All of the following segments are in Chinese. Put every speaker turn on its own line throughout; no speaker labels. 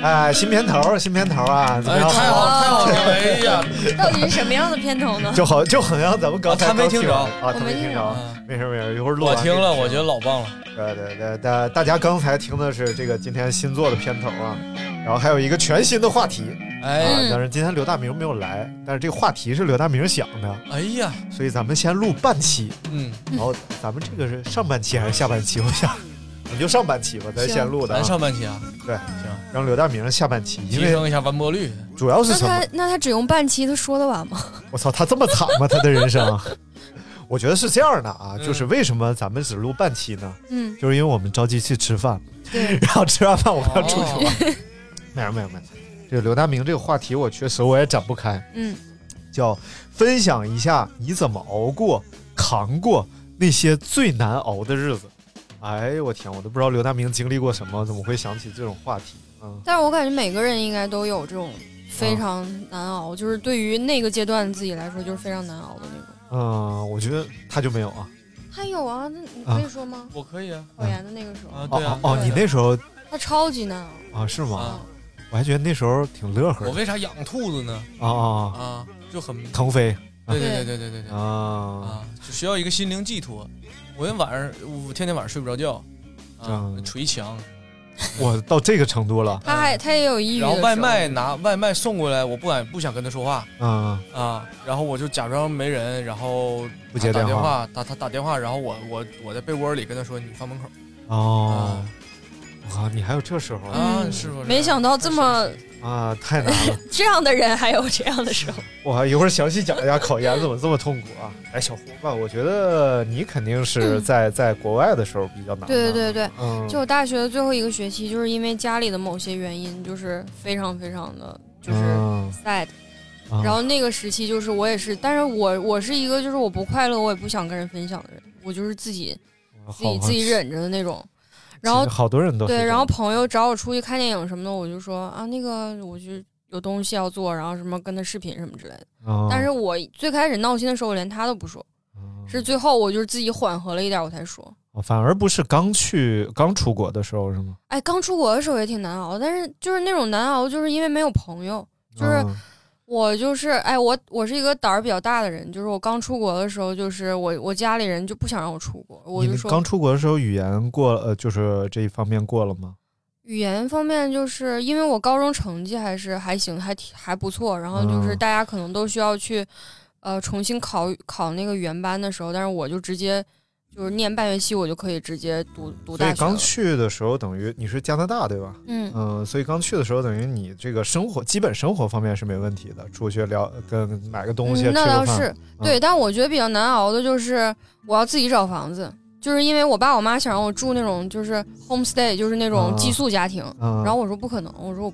哎，新片头儿，新片头儿啊，怎么
哎，
样？
太好了，太好了！哎呀，
到底是什么样的片头呢？
就好，就好像咱们刚才
啊他没
刚
听着
完啊，他
我没
没听
听
着
着，
没事没事，一会儿录
我
完这
听
个
了，我觉得老棒了。
对对对，大大家刚才听的是这个今天新做的片头啊，然后还有一个全新的话题啊
哎，
嗯，
但是今天刘大明没有来，但是这个话题是刘大明想的，
哎呀，
所以咱们先录半期，
嗯，
然后咱们这个是上半期还是下半期？我想，我们就上半期吧，咱先录的啊
咱，上半期啊，
让刘大明下半期，因
提
为
升一下完播率。
主要是
那
什么
他？那他只用半期，他说得完吗？
我操，他这么惨吗？他的人 生？啊我觉得是这样的啊，
嗯
就是为什么咱们只录半期呢？
嗯，
就是因为我们着急去吃饭，
对，
然后吃完饭我们要出去玩。
哦
没有没有没有，这个刘大明这个话题我确实我也展不开，
嗯，
叫分享一下你怎么熬过、扛过那些最难熬的日子。哎呦我天，我都不知道刘大明经历过什么，怎么会想起这种话题？嗯，
但是我感觉每个人应该都有这种非常难熬，就是对于那个阶段自己来说，就是非常难熬的那种。
嗯，我觉得他就没有啊。
还有啊，那你可以说吗？
我可以啊，
考研的那个时候，
啊，
哦
对
哦
啊，
哦，
对啊
你那时候
他超级难熬。
啊是吗
啊？
我还觉得那时候挺乐呵的
我为啥养兔子呢？
啊啊，啊
啊，就很，
腾飞
对对对对对对对，
啊
啊，就需要一个心灵寄托。我那晚上，我天天晚上睡不着觉，啊
嗯，
捶墙，
我到这个程度了，
他还他也有抑郁的
然后
时候
外卖拿外卖送过来，我不敢不想跟他说话
嗯，
啊，然后我就假装没人，然后
不接
打
电
电
话，
话，打他打电话，然后我我我在被窝里跟他说你放门口
哦
啊，
哇，你还有这时候啊
啊，
嗯
是不是？
没想到这么
嗯
啊，太难 了。
这样的人还有这样的时候，
我一会儿详细讲一下考研怎么这么痛苦啊！哎，小胡吧，我觉得你肯定是在在国外的时候比较难。
嗯
啊
对对对，对，
嗯，
就我大学的最后一个学期，就是因为家里的某些原因，就是非常非常的就是
嗯
sad，、
啊
然后那个时期就是我也是，但是我我是一个就是我不快乐，我也不想跟人分享的人，我就是自己自己
啊好吧
自己忍着的那种。
其
然后
实好多人都是
对，
这
然
样
后朋友找我出去看电影什么的，我就说啊，那个我就有东西要做，然后什么跟他视频什么之类的。
嗯
但是我最开始闹心的时候，我连他都不说，
嗯哦
是最后我就是自己缓和了一点，我才说。
反而不是刚去刚出国的时候是吗？
哎，刚出国的时候也挺难熬，但是就是那种难熬，就是因为没有朋友，就是
嗯
我就是哎，我我是一个胆儿比较大的人，就是我刚出国的时候，就是我我家里人就不想让我出国，我
你
就
们
说
刚出国的时候语言过呃，就是这一方面过了吗？
语言方面，就是因为我高中成绩还是还行，还挺还不错，然后就是
嗯
大家可能都需要去呃重新考考那个语言班的时候，但是我就直接就是念半学期，我就可以直接读读
所
大
以
学了
刚。去的时候等于你是加拿大对吧？
嗯，
嗯，所以刚去的时候，等于你这个生活基本生活方面是没问题的，出去聊跟买个东西，
嗯、那
吃个
倒
饭
是、对，但我觉得比较难熬的就是我要自己找房子，就是因为我爸我妈想让我住那种就是 homestay，就是那种
啊
寄宿家庭，
嗯，
然后我说不可能，我说我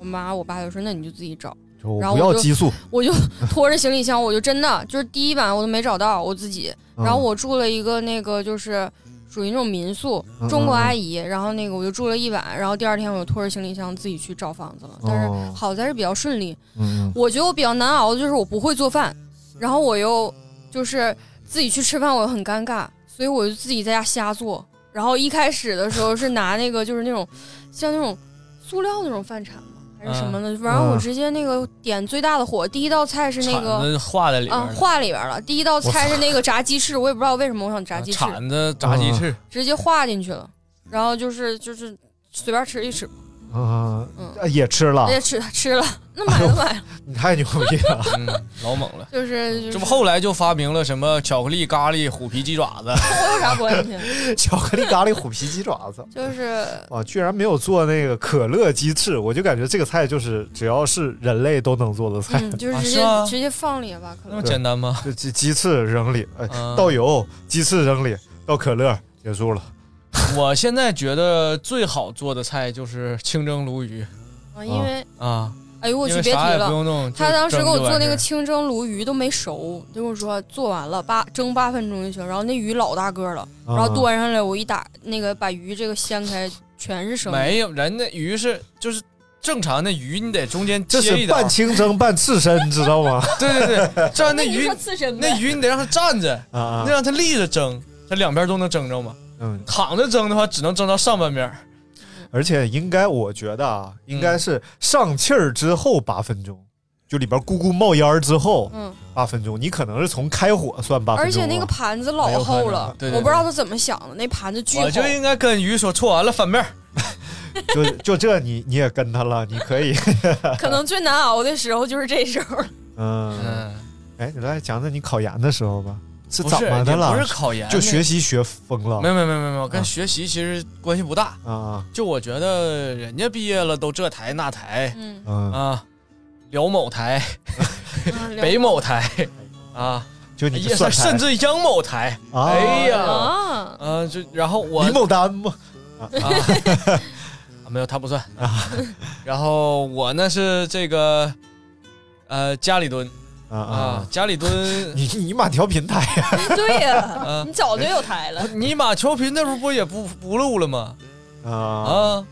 我妈我爸就说那你就自己找，
就我
然后
不
我
要
就
激素，
我就拖着行李箱，我就真的就是第一晚我都没找到我自己，
嗯
然后我住了一个那个就是。属于那种民宿，
嗯
中国阿姨，然后那个我就住了一晚，然后第二天我就拖着行李箱自己去找房子了。但是
哦
好在是比较顺利，
嗯，嗯
我觉得我比较难熬的就是我不会做饭，然后我又就是自己去吃饭，我又很尴尬，所以我就自己在家瞎做。然后一开始的时候是拿那个就是那种像那种塑料那种饭铲嘛，还
啊
是什么的，反正我直接那个点最大的火，第一道菜是那
铲
个
子画在里边
啊
儿，
画里边了，第一道菜是那个炸鸡翅，我也不知道为什么我想炸
啊
鸡翅，
铲子炸鸡翅，
直接画进去了，然后就是就是随便吃一吃，
嗯，也吃
啊
了，
也吃吃了，那买了买了，
你太牛逼了，
嗯老猛了。
就是就是
这不啊后来就发明了什么巧克力咖喱虎皮鸡爪子，
跟我有啥关系？
巧克力咖喱虎皮鸡爪子。
就是
啊，居然没有做那个可乐鸡翅，我就感觉这个菜就是只要是人类都能做的菜，
嗯，就是直接、直接放里吧，可
啊那么
能
简单吗？
就鸡鸡翅扔里，哎，
嗯
倒油，鸡翅扔里，倒可乐，结束了。
我现在觉得最好做的菜就是清蒸鲈鱼
啊，因为
啊，
哎呦我去，
因为
别提
啥也不用
了。
弄。
他当时给我做那个
清，
清蒸鲈鱼都没熟，就跟我说做完了八蒸八分钟就行，然后那鱼老大个了，
啊
然后端上来我一打那个把鱼这个掀开全是生的，
没有人那鱼是就是正常的鱼，你得中间
这
切一
是
点儿啊
半。清蒸半刺身，你知道 吗？
对对对，这样那
那你
鱼
说刺身呗
那鱼你得让它站着，
啊啊
那让它立着蒸，它两边都能蒸着嘛。
嗯，
躺着蒸的话，只能蒸到上半边儿。
而且应该我觉得啊，应该是上气儿之后八分钟，就里边咕咕冒烟儿之后，
嗯，
八分钟，你可能是从开火算八分
而
钟
且
啊，
那个盘子老厚
没
了，
有看着对对对
我不知道他怎么想的，那盘子巨厚
我，就应该 跟鱼说错完了翻面儿，
就就这你你也跟他了，你可 以，
可能最难熬的时候就是这时候。
嗯，哎，你来讲讲你考研的时候吧，是怎
不是
么的了？
也不是考研
就学习学疯了，嗯
没有没有没有没有没有，跟学习其实关系不大。
啊
就我觉得人家毕业了都这台那台，
嗯
嗯
啊，辽某台、
辽
北某台啊，
就你
也
算台
甚至央某台。
啊
哎呀，
啊
啊，就然后我
李某丹吗？
啊，啊没有他不算啊。 然后我呢是这个呃家里蹲
啊
啊
啊，，
家里蹲。
你你妈调平台呀？
对呀、
啊
你早就有台 了。
尼玛调频那不不也不不录了吗？
啊
啊，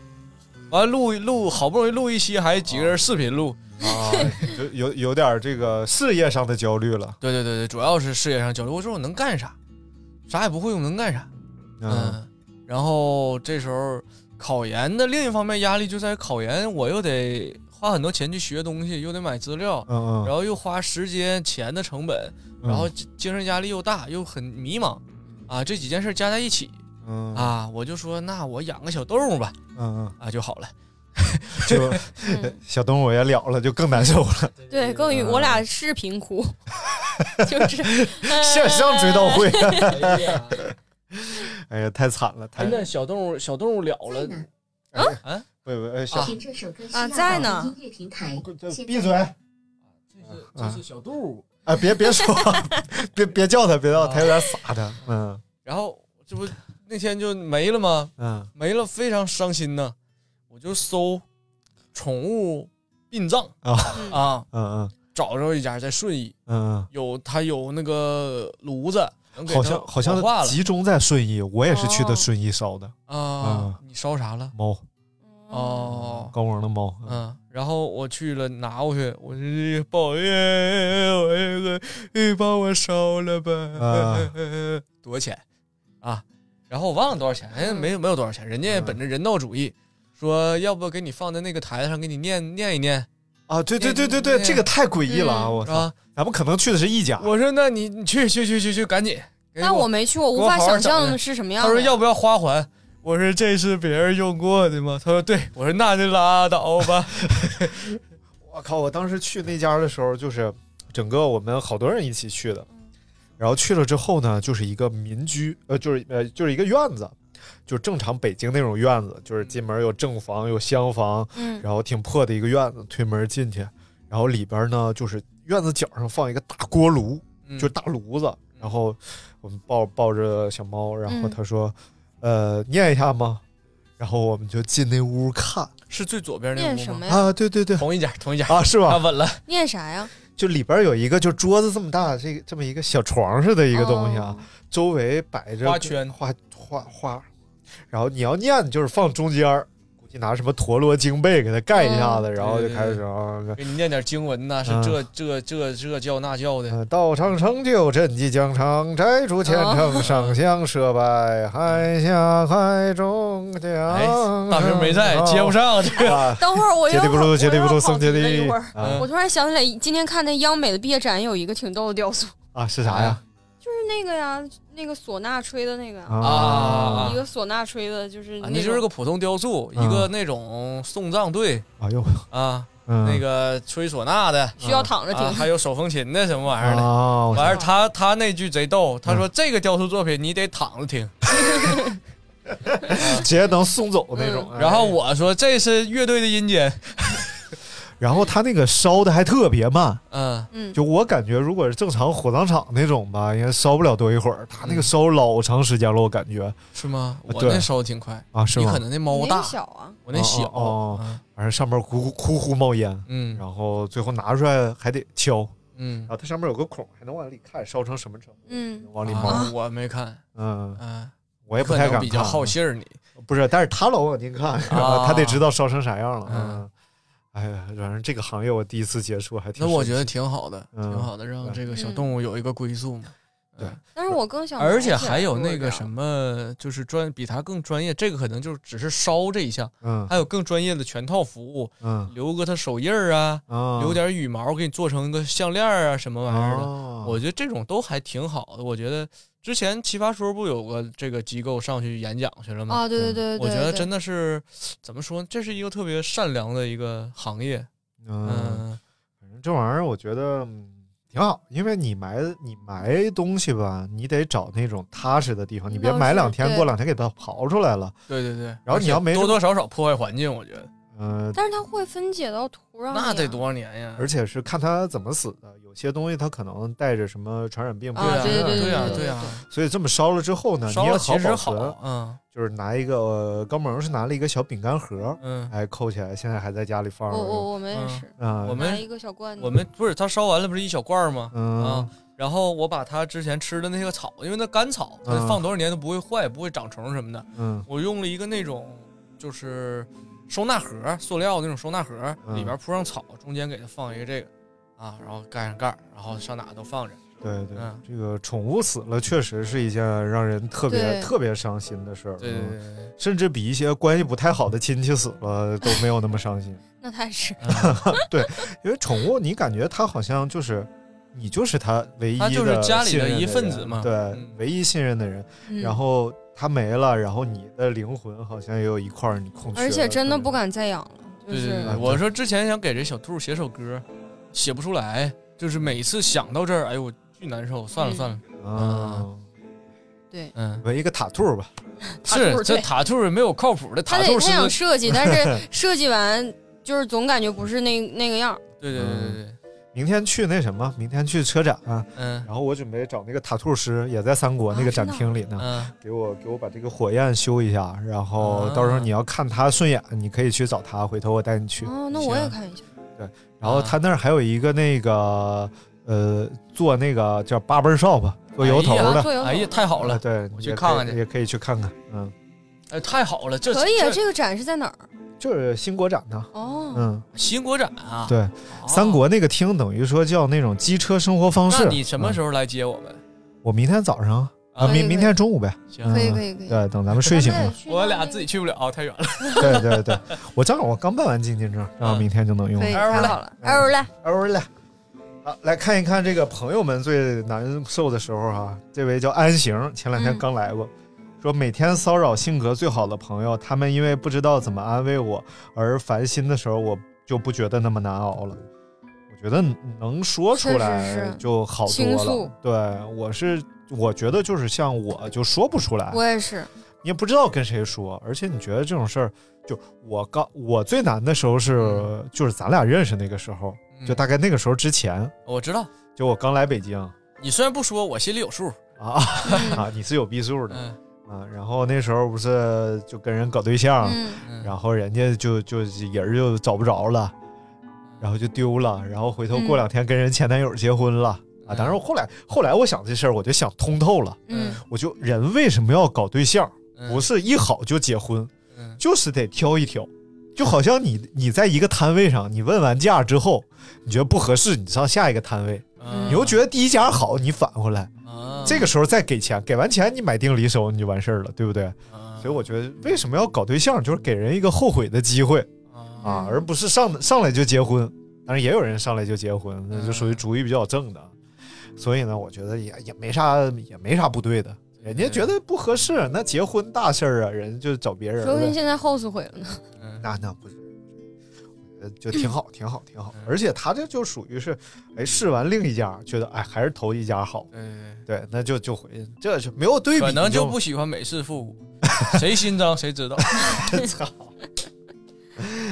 完了录一录，好不容易录一期，还几个人视频录。
啊，有有有点这个事业上的焦虑了，
对对对对，主要是事业上交流。我说我能干啥？啥也不会，我能干啥？
嗯，
然后这时候考研的另一方面压力就在于考研，我又得花很多钱去学东西，又得买资料，
嗯嗯
然后又花时间、钱的成本，
嗯
然后精精神压力又大，又很迷茫，啊，这几件事加在一起，
嗯
啊，我就说那我养个小动物吧，
嗯
啊就好 了。
嗯，就小动物也了了，就更难受了，
嗯
对，更与我俩是 贫苦，就是呃
向上追悼 会
哎呀，
哎呀，太惨了，太
哎，那小动物小动物了了，啊，
不不，哎小
啊
这首歌
啊 在呢，
音乐平台，
闭嘴！
啊这是小动物。
啊，别别 说，别别叫他，别叫
啊
他，他有点傻的，嗯
然后这不那天就没了吗？
嗯
没了，非常伤心呢。我就搜宠物殡葬
啊
啊，
嗯嗯
找着一家在顺义，
嗯
有它有那个炉子，能
嗯，
给
好
它
像好
火化
像
了
集中在顺义，我也是去的顺义烧的
啊。你烧啥了？
猫，
哦，
高萌的猫，
嗯，然后我去了拿过去，我就抱怨，我这个，你帮我烧了吧，
啊
多少钱啊？然后我忘了多少钱，哎，没有没有多少钱，人家
嗯
本着人道主义，说要不给你放在那个台子上，给你念念一念。
啊，对对对对对，
嗯
这个太诡异了啊！
嗯
我操
啊，
咱们可能去的是一家，
我说那你你去去去去去，赶紧。给
但我没去过，无法想象是什么样
他
的。
说要不要花环？我说这是别人用过的吗？他说对。我说那就拉倒吧。
我靠！我当时去那家的时候，就是整个我们好多人一起去的，然后去了之后呢，就是一个民居，呃，就是呃，就是一个院子，就是正常北京那种院子，就是进门有正房有厢房，
嗯
然后挺破的一个院子，推门进去，然后里边呢就是院子角上放一个大锅炉，
嗯
就是大炉子，然后我们抱抱着小猫，然后
嗯
他说，呃，念一下吗？然后我们就进那屋看
是最左边那
念
个
什
屋
么
吗？
呀？
啊，对对 对，
同一家，同一家
啊，是吧
啊，？稳了。
念啥呀？
就里边有一个就桌子这么大，这个这么一个小床似的一个东西
哦
啊，周围摆着
花圈
花花花，然后你要念就是放中间儿，估计拿什么陀螺经被给它盖一下子，然后就开始啊。
给你念点经文呐、是
嗯
这这这这教那教的。
呃道长成就，赈济疆场，摘除虔诚，上香设拜，海下海中将。
哎， 大明没
哦
在，接不上这 个。嗯
啊。
等会儿我
杰
又
里布鲁，杰里布鲁，
跑
僧杰
题了
里
一会儿。
啊
我突然想起来，今天看那央美的毕业展有一个挺逗的雕塑，
啊，是啥呀？
就是那个呀，那个唢呐吹的那个呀
啊
一个唢呐吹的，就是
啊，
那
那就是个普通雕塑，一个那种送葬队
哎呦
啊，
嗯
那个吹唢呐的，
需要躺着听
啊还有手风琴的什么玩意儿的。
哦嗯我知道
完事儿他他那句贼逗，他说这个雕塑作品你得躺着听。
直接能送走那种。
嗯然后我说这是乐队的阴间，
然后他那个烧的还特别慢，
嗯
嗯
就我感觉，如果是正常火葬场那种吧，应该烧不了多一会儿。他那
嗯
个烧老长时间了，我感觉
是吗？我
啊对
那烧的挺快
啊是吗
你可能那猫
你
大
那，小啊，
我那小，
哦，哦完事上面呼呼呼呼冒烟，
嗯
然后最后拿出来还得敲，
嗯
然后它上面有个孔，还能往里看烧成什么程度，
嗯，
往里冒。
啊我没看，
嗯，
嗯，
我也不
可
太
能
敢
比较
看
好信儿你，
不是，但是他老往进看，
啊
他得知道烧成啥样了。
嗯
嗯，哎呀，反正这个行业我第一次接触，还挺
那我
神
觉得
奇
挺好的，
嗯
挺好的，让这个小
嗯
动物有一个归宿嘛。
但是我更想了解，
而且还有那个什
么，
么，就是专比它更专业，这个可能就是只是烧这一项，
嗯
还有更专业的全套服务，
嗯
留个它手印儿啊，
啊，
留点羽毛给你做成一个项链儿啊，什么玩意儿的。
哦
我觉得这种都还挺好的。我觉得之前奇葩说不有个这个机构上去演讲去了吗？
啊，对对对对，
嗯我觉得
对
真的是怎么说呢，这是一个特别善良的一个行业。
嗯，
嗯
反正这玩意儿我觉得嗯挺好，因为你埋你埋东西吧，你得找那种踏实的地方，你别
那
埋
是
两天，
对
过两天给它刨出来了。
对对对，
然后你要
而且
没
多多少少破坏环境，我觉得
嗯，
但是它会分解到土壤里啊，
那得多少年呀？
而且是看它怎么死的，有些东西它可能带着什么传染病
啊
病
对呀
对对
对
呀
对
对呀，
所以这么烧了之后呢，
烧
啊你也
了
好
其实
保
好
存。，
嗯
就是拿一个、呃高萌是拿了一个小饼干盒，
嗯，
哎，扣起来，现在还在家里放
我
着。
我我们也是，
啊，
我
拿
们
一个小罐子，
我们不是他烧完了不是一小罐儿吗？
嗯
啊，然后我把他之前吃的那个草，因为那干草，它
嗯
放多少年都不会坏，不会长虫什么的。
嗯
我用了一个那种就是收纳盒，塑料那种收纳盒，
嗯
里边铺上草，中间给它放一个这个啊，然后盖上盖儿，然后上哪都放着。
对对，
嗯
这个宠物死了确实是一件让人特别
对
特别伤心的事儿，
对对
嗯
对对对。
甚至比一些关系不太好的亲戚死了都没有那么伤 心，
那它是
嗯
因为宠物你感觉它好像就是。你就是它唯一
它就是
的
家里的
信任
一份
人
子嘛
对，
嗯
唯一信任的人。
嗯
然后它没了，然后你的灵魂好像也有一块儿你空缺了。
而且真的
对
不敢再养了，就
对对
是
对，我说之前想给这小兔写首歌，写不出来，就是每次想到这儿，哎呦，我巨难受。算了
嗯
算了，
啊，
对。
嗯，
纹一个塔兔吧。
塔兔
是
儿
这
对
塔兔儿没有靠谱的
他
塔
得
兔
他
儿是，
想设计，但 是设计完就是总感觉不是那那个样儿
对对对对对，
明天去那什么，明天去车展、啊
嗯
然后我准备找那个塔兔师，也在三国那个展厅里呢，
嗯
给我给我把这个火焰修一下，然后
啊
到时候你要看他顺眼，你可以去找他，回头我带你去。
哦，那
行
啊
我也看一下。
然后他那儿还有一个那个呃，做那个叫 barber shop，做油头
哎呀
啊，
的，
做油
哎呀，
桶
太好了，
对，
我去
也可以
看看去
也可以去看看，嗯，
哎，太好了，这
可以啊！
这
这个展是在哪儿？
就是新国展呢，
哦，
嗯，
新国展啊，
对，
哦，
三国那个厅等于说叫那种机车生活方式。
那你什么时
候？
候来接我们？
我明天早上啊，
可以
明明
可
天中午呗。
行
可以
嗯
可以可以。
对，等咱们睡醒
咱们
了
得。
我
去趟
俩
那个
自己去不了，太远了。
对对对，我正好我刚办完进京证，正好
嗯
明天就能用
可以
了。
太好了，哎，我来，
欧嘞，啊好，来看一看这个朋友们最难受的时候哈、这位叫安行，前两天
嗯
刚来过。说每天骚扰性格最好的朋友，他们因为不知道怎么安慰我而烦心的时候，我就不觉得那么难熬了。我觉得能说出
确实
来
是
就好多
倾
了
诉。
对，我是我觉得就是像我就说不出来，
我也是，
你也不知道跟谁说，而且你觉得这种事儿，就我刚我最难的时候是
嗯
就是咱俩认识那个时候，就大概那个时候之前，
嗯我知道，
就我刚来北京
你虽然不说，我心里有数。
啊
嗯
啊，你是有逼数的
嗯
啊，然后那时候不是就跟人搞对象，
嗯，
嗯，
然后人家就就人就找不着了，然后就丢了，然后回头过
嗯
两天跟人前男友结婚了。
嗯
啊！当然，后来后来我想这事儿，我就想通透了。
嗯，
我就人为什么要搞对象？
嗯
不是一好就结婚，
嗯
就是得挑一挑。就好像你你在一个摊位上，你问完价之后，你觉得不合适，你上下一个摊位，
嗯
你又觉得第一家好，你返回来，
啊
这个时候再给钱，给完钱你买定离手你就完事儿了，对不对？
啊
所以我觉得为什么要搞对象，就是给人一个后悔的机会
啊
啊
嗯，
而不是上上来就结婚。当然也有人上来就结婚，那就属于
嗯
主意比较正的。所以呢，我觉得也也没啥也没啥不对的，人家觉得不合适，那结婚大事儿啊，人家就找别人
说不定
呗，
现在 house 毁了呢。
那那不。呃就挺好，挺好，挺好，而且他这就属于是，哎，试完另一家，觉得哎还是头一家好，对，那就就回，这就没有对比，
可能就
你
不喜欢美式复古， 谁新张谁知道。
操！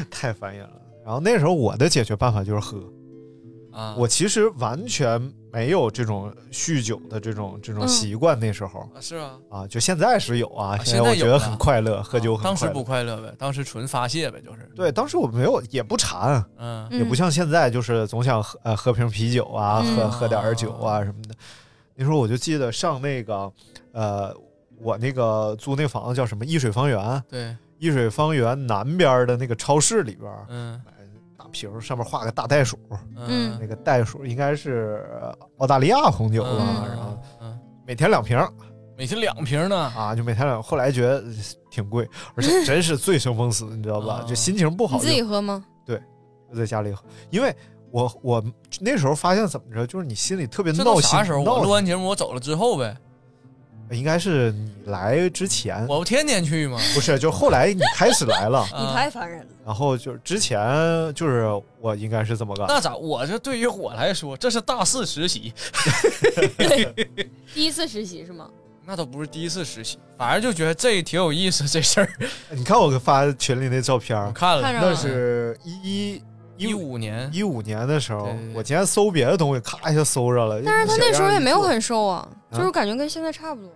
太烦人了。然后那时候我的解决办法就是喝，
啊，
我其实完全没有这种酗酒的这种这种
嗯
习惯。那时候、
啊是啊，
啊，就现在是有啊，
啊
现
现在
我
有
觉得
了啊
很快乐，喝酒很快乐。
当时不快乐呗，当时纯发泄呗，就是
对，当时我没有，也不馋，
嗯
啊也不像现在，就是总想喝呃喝瓶啤酒啊，
嗯
喝喝点儿酒啊什么的。那时候我就记得上那个呃，我那个租那房子叫什么易水方圆，
对，
易水方圆南边的那个超市里边，
嗯，
大瓶儿上面画个大袋鼠，
嗯
那个袋鼠应该是澳大利亚红酒
嗯
吧，然后每天两瓶儿，
每天两瓶呢
啊，就每天两，后来觉得哎挺贵，而 且真是醉生梦死，你知道吧？就心情不好
哦你
就，
自己喝吗？
对，就在家里喝，因为我我那时候发现怎么着，就是你心里特别
这
闹
都
心，
啥时候？我
闹
录
心
完节目我走了之后呗，
应该是你来之 前，
我不天天去吗？，
不是，就后来你开始来了
你太
烦人了。
然后就是之前就是我应该是这么干，
那咋？我这对于我来说，这是大四实习，
第一次实习是吗？
那都不是第一次实习，反正就觉得这挺有意思这事儿。
你看我发群里那照片儿，我
看了看着了
啊那是一一
一五年，
一五年的时候，我今天搜别的东西，咔一下搜着了。
但是他那时候也没有很瘦啊，
啊
就是感觉跟现在差不多。
哎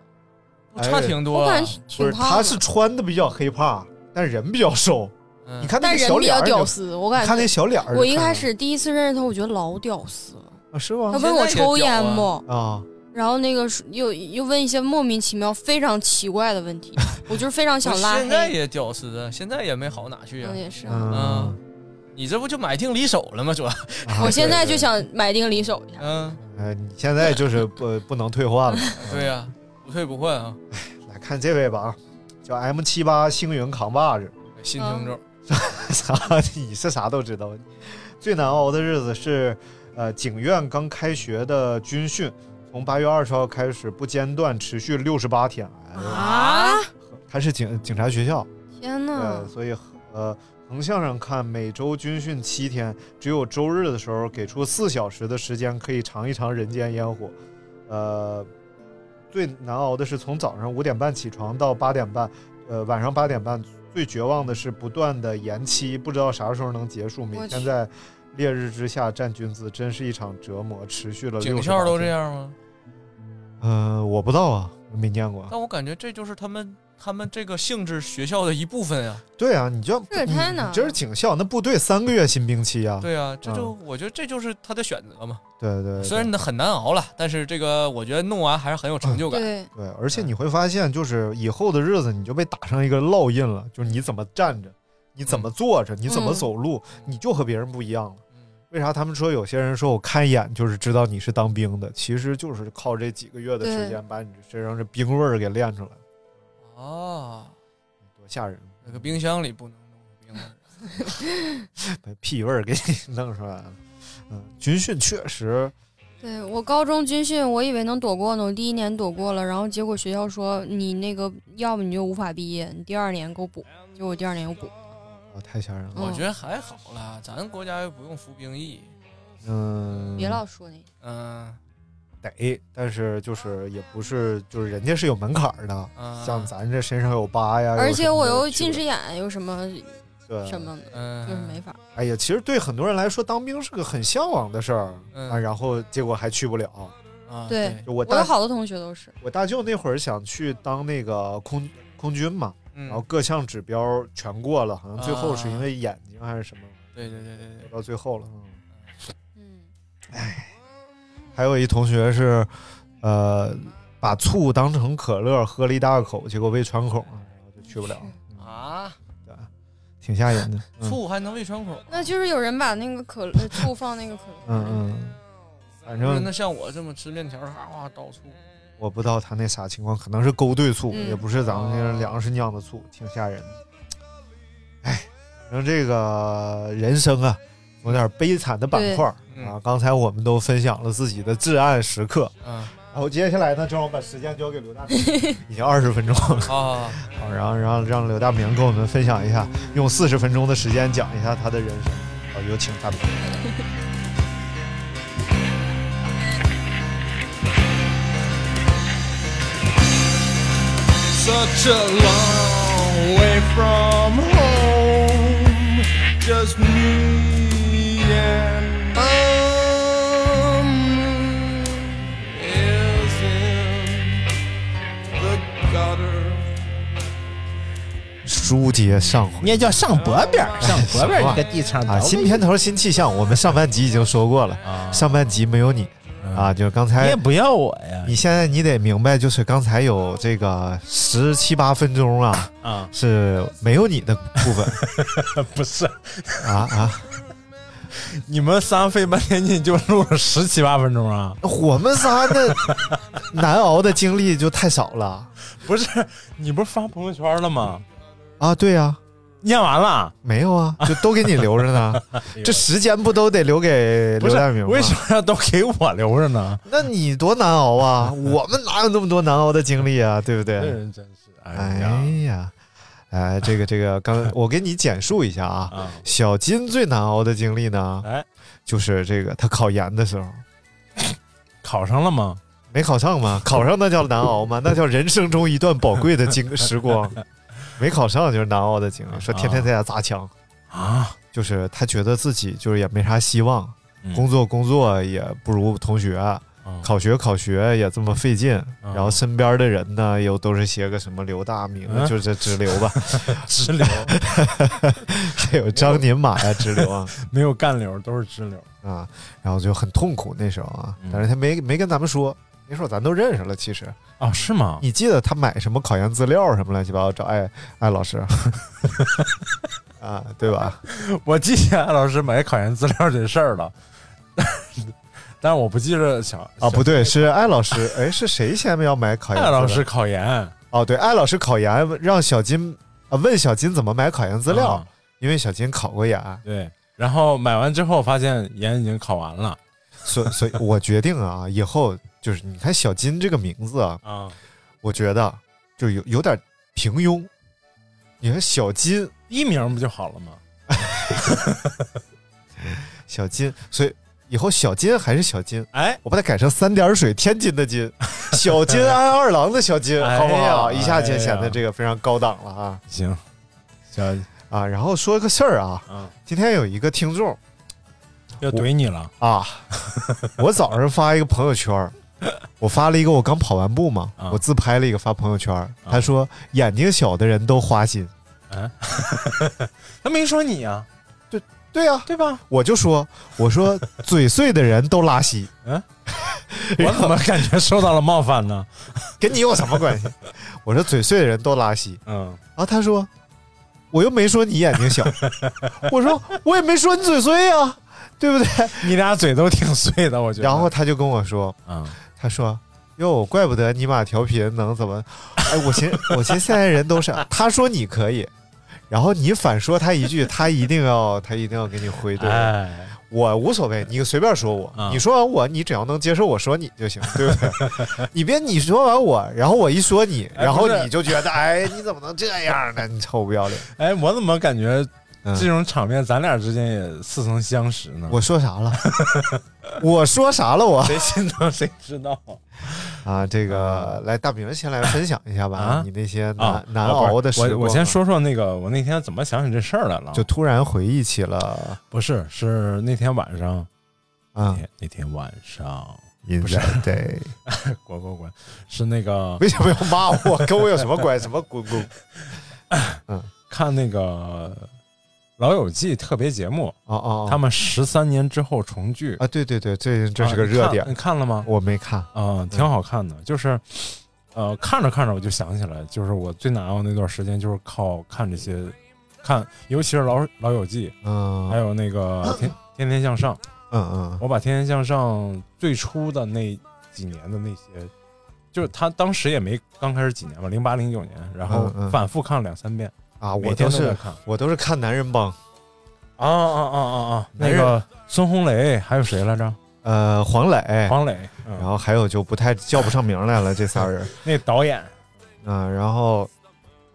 差挺多啊
我感觉挺
不是，
胖的
他是穿的比较黑胖，但人比较瘦。
嗯
你看那
但
个
人
小
比
脸儿
较
就，
屌丝，我感觉
你看那小脸儿就看着，
我一开始第一次认识他，我觉得老屌丝了。
啊是吗
他问我抽烟不？
啊，
然后那个是又又问一些莫名其妙、非常奇怪的问 题，我就是非常想拉
我现在
黑。
也屌丝啊，现在也没好哪去啊。
嗯也是啊
嗯，你这不就买定离手了吗？主要，
啊
我现在就想买定离手一下。
嗯，
呃，你现在就是 不不能退换了。
对呀，不退不换啊，
来看这位吧啊，叫 M 七八星云扛把子，
新听众。
啥？你是啥都知道。最难熬的日子是，呃，警院刚开学的军训，从八月二十号开始不间断，持续六十八天。哎
啊！
他是警警察学校，
天哪
嗯
呃，！所以呃，横向上看，每周军训七天，只有周日的时候给出四小时的时间可以尝一尝人间烟火。呃，最难熬的是从早上五点半起床到八点半，呃，晚上八点半。最绝望的是不断的延期，不知道啥时候能结束。每
我
天
去
在烈日之下站军姿，真是一场折磨，持
嗯
续了六
警校都这
样。
样吗？
呃，我不知道啊，没念过。
但我感觉这就是他们他们这个性质学校的一部分啊。
对啊，你就
这也
你
太难
你这是警校，那部队三个月新兵期啊。
对啊，这就
嗯
我觉得这就是他的选择嘛。
对对对
虽然那很难熬了，但是这个我觉得弄完还是很有成就感。
对，
对，而
嗯
且你会发现，就是以后的日子，你就被打上一个烙印了，就是
嗯
你怎么站着，你怎么坐着，你怎么走路，你就和别人不一样了。
嗯
为啥他们说有些人说我看一眼就是知道你是当兵的，其实就是靠这几个月的时
对
间把你身上这兵味儿给练出来，
哦，
多吓人！
那个冰箱里不能弄冰
嗯
味
把屁味儿给你弄出来了。嗯，军训确实，
对我高中军训，我以为能躲过呢，我第一年躲过了，然后结果学校说你那个，要不你就无法毕业，你第二年给我补。结果我第二年又补。
啊，太吓人了。
我觉得还好啦，咱国家又不用服兵役。
嗯，
别老说那个，
嗯，
得，但是就是也不是，就是人家是有门槛儿的，
啊
像咱这身上有疤呀，
而且我又
有
近视眼，有什么
对
什么的，
嗯
就是没法。
哎呀，其实对很多人来说，当兵是个很向往的事儿、
嗯
啊，然后结果还去不了。
啊
对，
就我
有
大
嗯好多同学都是。
我大舅那会儿想去当那个空空军嘛，
嗯
然后各项指标全过了，好像最后是因
啊
为眼睛还是什么，
对对对对对，
到最后了。嗯，哎，还有一同学是，呃，把醋当成可乐喝了一大口，结果胃穿孔了，然后就去不了，嗯
啊，
挺吓 人的。嗯
醋还能胃穿孔？
那就是有人把那个可乐醋放那个可乐，
嗯嗯，反
就是
正
那像我这么吃面条，哗哗倒醋。
我不知道他那啥情况，可能是勾兑醋，
嗯
也不是咱们那粮食酿的醋，挺吓人的。哎，反正这个人生啊，有点悲惨的板块儿。啊，刚才我们都分享了自己的至暗时刻，
嗯，
然后啊接下来呢，正好把时间交给刘 大明，已经二十分钟了，
啊，
好，然后让让刘大明跟我们分享一下，用四十分钟的时间讲一下他的人生，好，有请大明。
Such a long way from home, just me and um is in the gutter.
书接上回，
你也叫上脖边 儿，上脖边儿这个地上
啊，新片头新气象，我们上半集已经说过了，上半集没有你啊，就是刚
啊
才
嗯你也不要我呀，
你现在你得明白，就是刚才有这个十七八分钟啊，
啊
是没有你的部分，
不是
啊啊，
你们仨费半天劲就录了十七八分钟啊？
我们仨 的难熬的经历就太少了
不是，你不是发朋友圈了吗？
啊，对呀、啊。
念完了
没有啊？就都给你留着呢
哎，呦
这时间不都得留给
不
刘
是
大明吗？
为什么要都给我留着呢？
那你多难熬啊！我们哪有那么多难熬的经历啊？对不对？
这人真是，
哎呀，哎，这个这个，刚我给你简述一下啊。小金最难熬的经历呢，
哎，
就是这个他考研的时候，
考上了吗？
没考上吗？考上那叫难熬 吗？那叫人生中一段宝贵的经时光。没考上就是难熬的经历，说天天在家砸枪
啊，
就是他觉得自己就是也没啥希望，
嗯啊
工作工作也不如同学，考学考学也这么费劲，然后身边的人呢又都是些个什么刘大明，
嗯
就是这直流吧，
直 流，
还有张宁马呀，直流啊。
没有干流，都是直流。嗯
啊，然后就很痛苦那时候啊，但是他没没跟咱们说，那时候咱都认识了，其实
啊，是吗？
你记得他买什么考研资料什么乱七八糟找艾艾老师 啊，对吧？
我记得啊艾老师买考研资料这事儿了， 但是我不记着小
啊，不对，是艾老师，哎，是谁先要买考研资
艾
料？
老师考研，
哦，对，艾老师考研让小金啊问小金怎么买考研资料，
啊
因为小金考过研，
对，然后买完之后发现研已经考完了
所所以，我决定啊，以后就是你看小金这个名字啊，
啊，
我觉得就有有点平庸。你看小金
一名不就好了吗？
小金，所以以后小金还是小金，
哎，
我把它改成三点水天津的金，小金安二郎的小金，
哎呀
好不好？啊一下
哎
就
呀
显得这个非常高档了啊。
行，小
啊，然后说个事儿啊，
嗯
今天有一个听众
要怼你了
啊， 我早上发一个朋友圈儿，我发了一个我刚跑完步嘛，
嗯
我自拍了一个发朋友圈儿，他说眼睛小的人都花心，
啊， 他没说你啊，
对对呀、
对吧？
我就说我说嘴碎的人都拉稀，
嗯，我怎么感觉受到了冒犯呢？
跟你有什么关 系？我说嘴碎的人都拉稀，
嗯，
然后他说我又没说你眼 睛小，我说我也没说你嘴碎呀、对不对？
你俩嘴都挺碎的，我觉得。
然后他就跟我说，
嗯，
他说。哟，怪不得你妈调频能怎么？哎，我寻 我寻现在人都是，他说你可以，然后你反说他一句，他一定要他一定要给你回怼。
哎，嗯
我无所谓，你随便说我，你说完我，你只要能接受我说你就行，对不对？你别你说完我，然后我一说你，
哎
然后
不是
你就觉得哎，你怎么能这样呢？你臭不要脸！嗯
哎，我怎么感觉这种场面咱俩之间也似曾相识呢？
我说啥了？ 我说啥了？我
谁心疼谁知道
啊，这个来大明先来分享一下吧，你那些难、
啊？
难熬的
啊不
时光
是
啊。
我我先说说那个，我那天怎么想起这事儿来了？
就突然回忆起了
不是，是那天晚上，
啊
那天哎那天晚上，
In
不是
that day
滚滚滚，是那个
为什么要骂 我？跟我有什么关系？什么滚滚？嗯
看那个《老友记》特别节目
哦哦，
他们十三年之后重聚
啊，对对对，这这是个
啊你
热
看
点
你看了吗？
我没看
啊，挺好看的，就是。呃，看着看着我就想起来，就是我最难熬那段时间，就是靠看这些，看尤其是老《老友记》，
嗯，
还有啊那个天《天天向上》，
嗯嗯，
我把《天天向上》最初的那几年的那些，就是他当时也没刚开始几年吧，零八零九年，然后
嗯嗯
反复看了两三遍
啊，我
每天
都
都在
是
看
我都是看男人帮
啊啊啊啊啊！那个孙红雷还有谁来着？
呃，黄磊，
黄磊，
然后还有就不太叫不上名来了，这仨人，
那导演，
啊、然后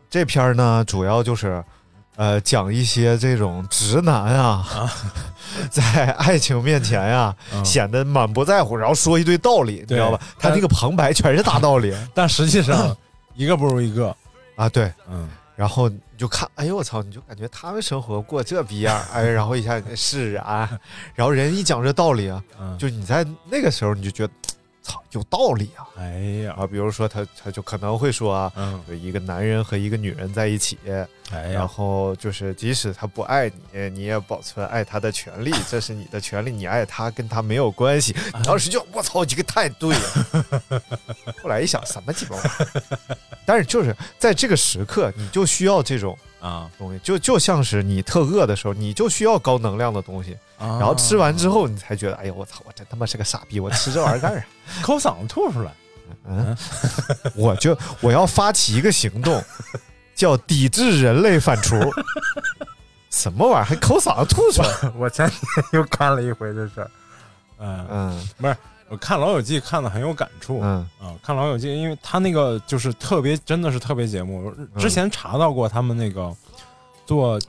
这片儿呢，主要就是呃讲一些这种直男啊， 在爱情面前呀、
嗯
显得满不在乎，然后说一堆道理，你知道吧？他那个旁白全是大道理，
但实际上
嗯
一个不如一个
啊，对，
嗯，
然后你就看，哎呦我操，你就感觉他们生活过这逼样儿，哎，然后一下释然，然后人一讲这道理啊，
嗯
就你在那个时候你就觉得，操，有道理啊，
哎呀，嗯
啊，比如说他他就可能会说啊，有一个男人和一个女人在一起，
哎
然后就是即使他不爱你，你也保存爱他的权利，这是你的权利，你爱他跟他没有关系。你当时就我操，这个太对了。后来一想，什么鸡巴玩意儿？但是就是在这个时刻，你就需要这种
啊
东西，就就像是你特饿的时候，你就需要高能量的东西，
啊
然后吃完之后，你才觉得，哎呦我操，我真他妈是个傻逼，我吃这玩意儿干啥？
抠嗓子吐出来。
嗯， 我就我要发起一个行动，叫抵制人类反刍。 什么玩意儿？还抠嗓子吐出来？
我前几天又看了一回这事儿，嗯
嗯，
不是，我看《老友记》看的很有感触，
嗯
啊，看《老友记》，因为他那个就是特别，真的是特别节目。
嗯
之前查到过他们那个做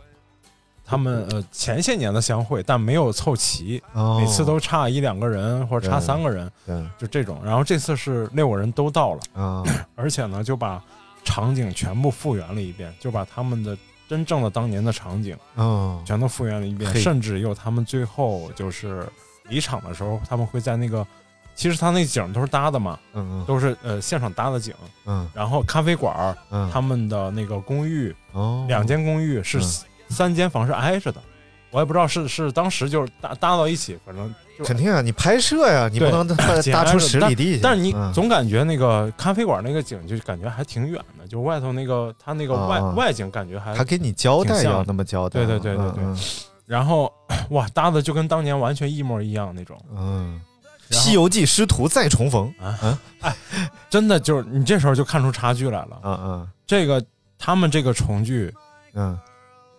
他们呃前些年的相会，但没有凑齐，
哦
每次都差一两个人或者差
对
三个人，
对
就这种。然后这次是六个人都到了，
啊，
而且呢就把场景全部复原了一遍，就把他们的真正的当年的场景，
哦
全都复原了一遍，
嘿
甚至有他们最后就是离场的时候，他们会在那个，其实他那景都是搭的嘛，
嗯
都是呃现场搭的景，
嗯
然后咖啡馆儿，
嗯
他们的那个公寓，
哦
两间公寓是
嗯
三间房是挨着的，我也不知道是是当时就是搭搭到一起，反正就
肯定啊，你拍摄呀、你不
对
能搭
紧
搭
挨
出
着
十
但
里地去。
但是你
嗯
总感觉那个咖啡馆那个景就感觉还挺远的，就外头那个它那个外
啊
外景感觉还
他给你交代
挺像
要那么交代，
对对对对对
嗯，
然后 哇搭的就跟当年完全一模一样那种，
嗯，《西游记》师徒再重逢
啊，哎，真的就是你这时候就看出差距来了，
嗯嗯，
这个他们这个重聚，
嗯，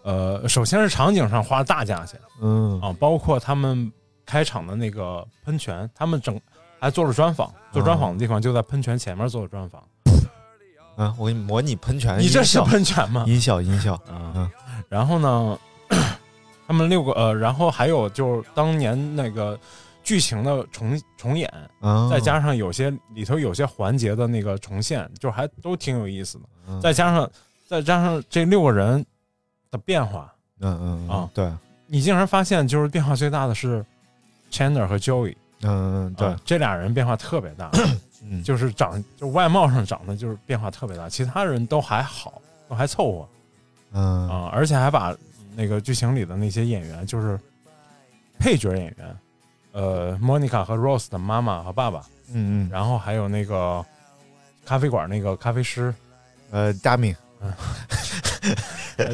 呃，首先是场景上花大价钱，
嗯
啊，包括他们开场的那个喷泉，他们整还做了专访，做专访的地方就在喷泉前面做了专访，
嗯，我给你模拟喷泉音效，
你这是喷泉吗？
音效音效，
嗯，然后呢， 他们六个呃，然后还有就是当年那个剧情的重重演，
哦
再加上有些里头有些环节的那个重现，就还都挺有意思的。
嗯
再加上再加上这六个人的变化，
嗯嗯嗯
啊，
对，
你竟然发现就是变化最大的是 Chandler 和 Joey。
嗯嗯对嗯
啊，这俩人变化特别大，就是长就外貌上长得就是变化特别大，其他人都还好，都还凑合，
嗯
啊，而且还把那个剧情里的那些演员，就是配角演员，呃，Monica 和 Rose 的妈妈和爸爸，
嗯嗯，
然后还有那个咖啡馆那个咖啡 师，
呃，大米，
嗯，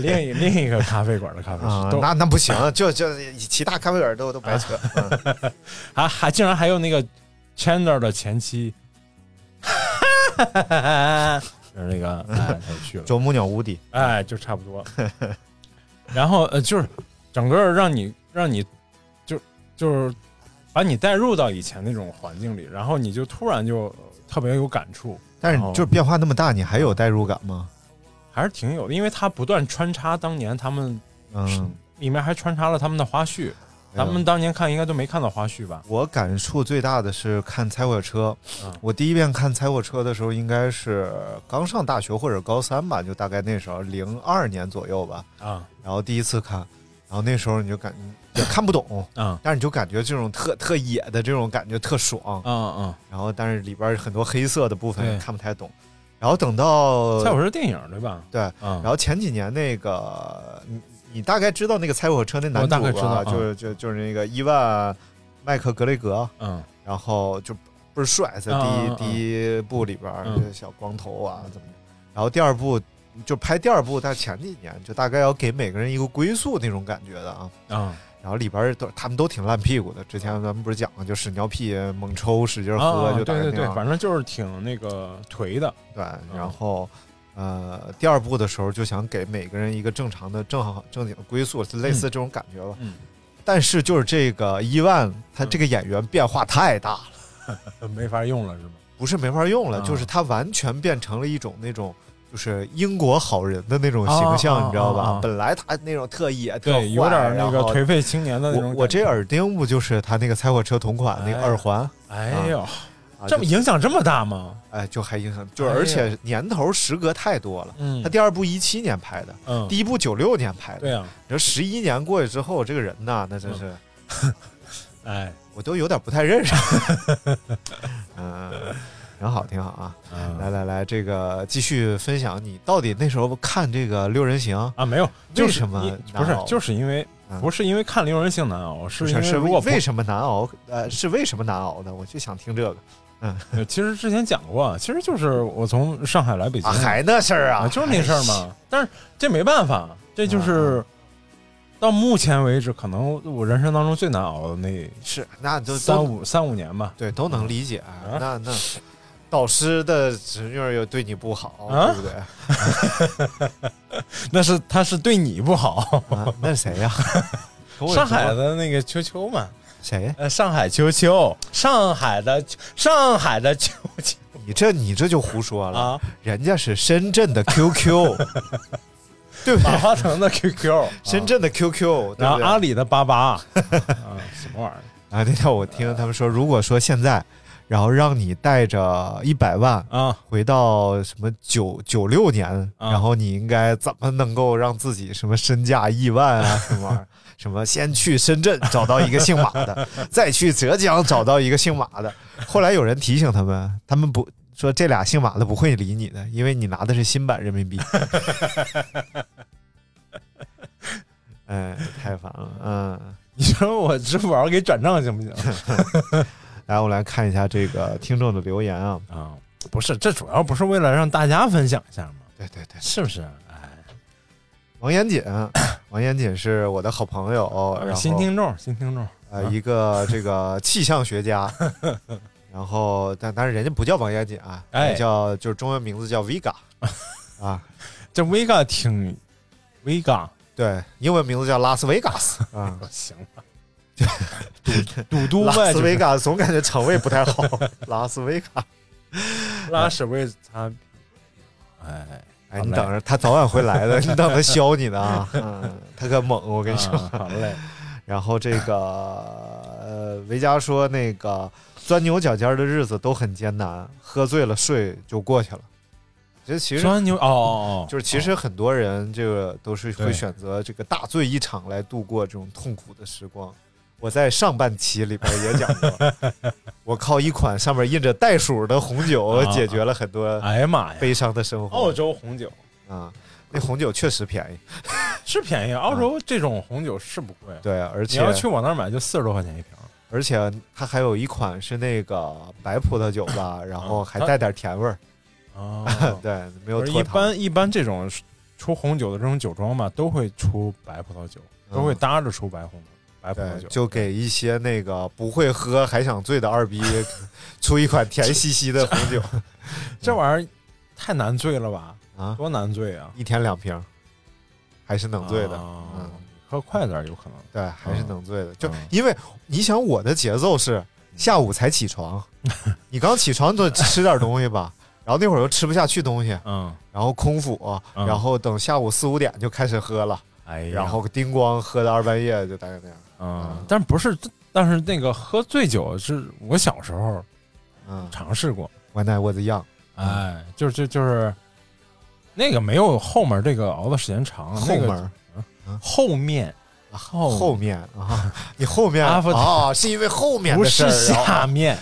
另一另一个咖啡馆的咖啡师，
啊
都，啊
那那不行，就就其他咖啡馆都都白扯。嗯
还啊还竟然还有那个 Chandler 的前妻， 就是那个哎，他就去了
啄木鸟无敌，
哎，就差不多。 然后呃，就是整个让你让你就就是把你带入到以前那种环境里，然后你就突然就呃特别有感触。
但是
然后
就是变化那么大，你还有代入感吗？
还是挺有的，因为他不断穿插当年他们
嗯，
里面还穿插了他们的花絮，
哎呦
咱们当年看应该都没看到花絮吧？
我感触最大的是看《猜火车》
嗯
我第一遍看《猜火车》的时候，应该是刚上大学或者高三吧，就大概那时候零二年左右吧。
啊，
然后第一次看，然后那时候你就感也看不懂，
啊，
但是你就感觉这种特特野的这种感觉特爽，
嗯嗯。
然后但是里边很多黑色的部分
对
看不太懂，然后等到
蔡火车电影对吧？嗯
对，然后前几年那个你你大概知道那个猜火车那男
我大概
主
知道
吧，就
嗯
是就就是那个伊万麦克格雷格，
嗯，
然后就倍儿帅，在第
嗯
一
嗯嗯
第一部里边儿
嗯
就是小光头啊怎么的，然后第二部就拍第二部，但前几年就大概要给每个人一个归宿那种感觉的啊，
啊，
然后里边儿都他们都挺烂屁股的，之前咱们不是讲过，就屎尿屁猛抽使劲儿
啊
喝，
啊
就打
对
成
对
那
对
样，
反正就是挺那个颓的。
对，然后呃，第二部的时候就想给每个人一个正常的、正好正经的归宿，类似这种感觉吧。
嗯
但是就是这个伊万，他这个演员变化太大了，
没法用了是吗？
不是没法用了，
啊
就是他完全变成了一种那种就是英国好人的那种形象，
啊
你知道吧？
啊啊
本来他那种特野、特坏
对，有点那个
然后
颓废青年的那种
我我这耳钉不就是他那个猜火车同款那个耳环？
哎呦
啊啊
这么影响这么大吗？
哎，就还影响，就
哎呀
是而且年头时隔太多了。
嗯
他第二部一七年拍的，
嗯
第一部九六年拍的。
对啊，嗯
你说十一年过去之后，这个人呐，那真是，
哎，
我都有点不太认识。 嗯，挺好，挺好啊。
嗯
来来来，这个继续分享你到底那时候看这个六人行
啊？没有，就
为
是
什么
你
难
不是
熬？
就是因为不是因为看《令人性难熬》，是
不
因为
是是
如果不
为什么难熬？呃，是为什么难熬呢？我就想听这个。嗯，
其实之前讲过，啊其实就是我从上海来北京，
啊还那事儿啊
就是那事儿
哎嗯
嘛。但是这没办法，这就是到目前为止，可能我人生当中最难熬的那
哎是那都
三五啊三五年吧，
对，都能理解。啊那那导师的侄女儿又对你不好，
啊
对不对？
那是他是对你不好，
啊那是 谁呀、 跟我有什
上
么
海的那个秋秋嘛，
谁？
呃，上海秋秋，上海的上海的秋秋
你这你这就胡说
啊
了，人家是深圳的 QQ，对
马化腾的 QQ，
深圳的 QQ，对
啊然后
不啊对？
阿里的八八， 啊，什么玩意儿？
啊，那天我听他们说，如果说现在，然后让你带着一百万
啊，
回到什么九九六年，
啊
然后你应该怎么能够让自己什么身价亿 万啊，什么玩意儿什么先去深圳找到一个姓马 的，再去浙江找到一个姓马的。后来有人提醒他们，他们不说这俩姓马的不会理你的，因为你拿的是新版 人民币。哎，太烦了，嗯。
你说我支付宝给转账行不行？
来，我来看一下这个听众的留言啊。
啊，不是，这主要不是为了让大家分享一下吗？
对对对，
是不是？
王严谨， 王严谨是我的好朋友，然后
新听众，新听众，
呃，一
啊
个这个气象学 家。然后，但但是人家不叫王严谨啊，
哎
人家叫就是中文名字叫 Vega 啊，
这 Vega 挺 Vega，
对，英文名字叫拉斯维加 斯啊，
行吧，
赌
都呗
拉
就
斯
是
维加总感觉肠胃不 太好，拉斯维加，
拉屎位他，哎
哎，你等着，他早晚会来的，你等他削你 呢啊，嗯，他可猛，我
我
跟你说，
好嘞，
然后这个呃，维嘉说那个钻牛角尖儿的日子都很艰难，喝醉了睡就过去了。其实其实
钻牛哦哦哦
就是其实很多人这个都是会
对
选择这个大醉一场来度过这种痛苦的时光。我在上半期里边也讲 过，我靠一款上面印着袋鼠的红酒
啊哦
解决了很多
哎呀妈呀，
悲伤的生活
澳洲红酒
啊！那红酒确实便宜，
是便宜，澳洲这种红酒是不贵，
嗯对，而且
你要去我那儿买就四十多块钱一瓶，
而且它还有一款是那个白葡萄酒 吧，然后还带点甜味儿。
哦
对，没有
不是
脱
一
糖。
般一般这种出红酒的这种酒庄吧，都会出白葡萄酒，
嗯
都会搭着出白红白葡萄
对，
酒，
就给一些那个不会喝还想醉的二逼 出一款甜兮兮的红酒，
这玩意儿太难醉了吧？
啊，
多难醉啊！
一天两瓶，还是能醉的。
哦
嗯，
喝快点儿有可能。
对，还是能醉的。就
嗯
因为你想，我的节奏是下午才 起床，你刚起床就吃点东西吧，然后那会儿又吃不下去东西，
嗯，
然后空腹，
嗯
然后等下午四五点就开始喝了，
哎呀
然后叮咣喝到二半夜，就大概那样。
嗯，但不是，但是那个喝醉酒是我小时候，
嗯，
尝试过。
When I was young，
哎，就是就就是那个没有后面这个熬的时间长，
后
哦那个
门儿
嗯后面后
后面啊，你后面
After-
啊，是因为后面
不
的事
是
儿啊
下面，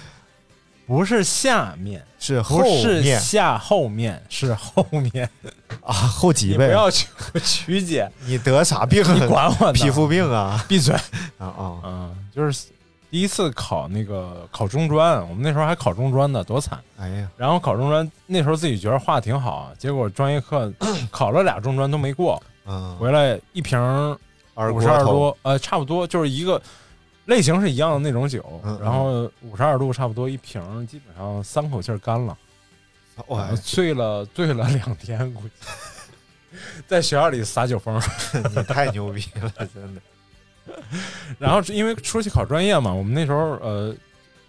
不是下面，
是后
不是
面
下后面，是后面
啊，后脊
你
背。
不要去 曲解，
你得啥病？
你管我呢
皮肤病啊？
闭嘴！
啊啊
啊！就是第一次考那个考中专，我们那时候还考中专呢，多惨！
哎呀，
然后考中专那时候自己觉得画挺好，啊结果专业课 考了俩中专都没过，
嗯，
回来一瓶
二
五
锅
十二
头
多，呃，差不多就是一个类型是一样的那种酒，
嗯
然后五十二度差不多一瓶，基本上三口气儿干了。
哇
呃醉了醉了两天，估计 在学校里撒酒疯，
你太牛逼了， 真的。
然后因为出去考专业嘛，我们那时候呃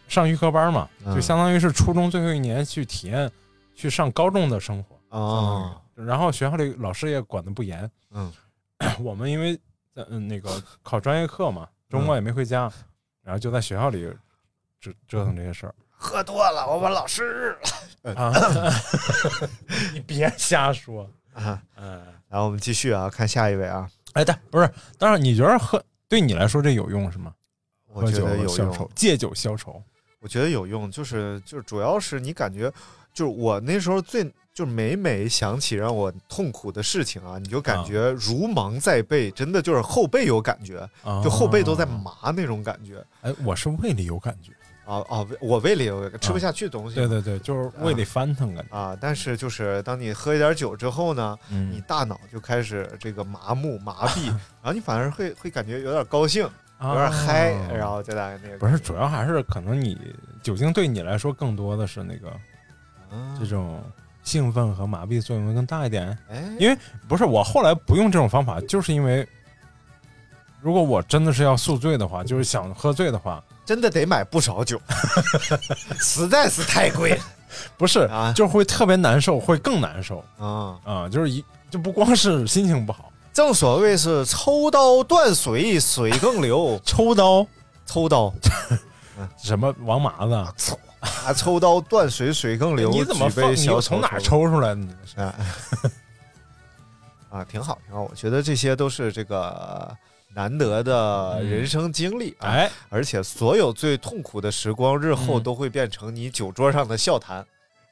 上预科班嘛，
嗯
就相当于是初中最后一年去体验去上高中的生活
哦
相当于然后学校里老师也管的不严，
嗯，
我们因为在嗯那个考专业课嘛，周
嗯
末也没回家，然后就在学校里折折腾这些事儿。
喝多了，我问老师。嗯
啊， 你别瞎说。
啊，
嗯，
然后我们继续啊，看下一位啊，
哎，但不是，但是你觉得喝对你来说这有用是吗？
我觉得
喝酒
有
消
用
愁，借酒消愁。
我觉得有用，就是就是主要是你感觉，就是我那时候最就是每每想起让我痛苦的事情啊，你就感觉如芒在背，真的就是后背有感觉，
啊
就后背都在麻那种感觉。
哎，我是胃里有感觉，
啊啊，我胃里有吃不下去东西、
对对对，就是胃里翻腾感觉。
啊，但是就是当你喝一点酒之后呢，啊
嗯
你大脑就开始这个麻木麻 痹，然后你反而会会感觉有点高兴，有点嗨，
啊
然后再大概那个
不是，主要还是可能你酒精对你来说更多的是那个、
嗯
这种兴奋和麻痹作用更大一点。
哎
因为不是我后来不用这种方法，就是因为如果我真的是要宿醉的话，就是想喝醉的话，
真的得买不少酒， 实在是太贵了。
不 是，就会特别难受，会更难受
啊
啊！就是一就不光是心情不好，
正所谓是抽刀断水，水 更流。
抽刀，
抽刀，
什么王麻子？
啊，抽刀断水，水更流。
哎你怎么
举
放？
杯
你
消
又
愁
从哪儿
愁
抽出来的？你这是
啊啊，挺好，挺好。我觉得这些都是这个难得的
嗯
人生经历、啊。
哎，
而且所有最痛苦的时光，日
嗯
后都会变成你酒桌上的笑谈。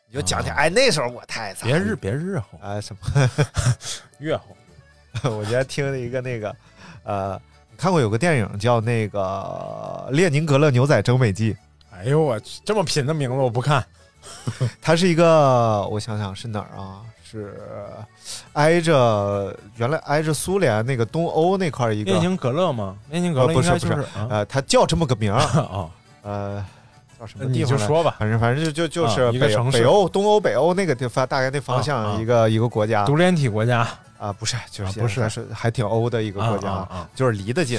你就讲讲，哎，那时候我太惨了。
啊别日别日后
啊什么？
月后
我今天听了一个那个，呃，你看过有个电影叫那个《列宁格勒牛仔争美记》，
哎呦我去，这么品的名字我不看。
它是一个，我想想是哪儿啊？是挨着原来挨着苏联那个东欧那块儿一个
列宁格勒吗？列宁格勒
呃不
应
是
该
不，
就是啊
呃，它叫这么个名儿
啊，
呃，叫什么
你
地方
就
来
说吧
反正反正就就就
啊
是
一个
北
城市
北欧、东欧、北欧那个地方，大概那方
啊
向
啊
一个一个国家，
独联体国家
啊，不是，就
啊
是
不是
还是还挺欧的一个国家，
啊啊啊
就是离得近。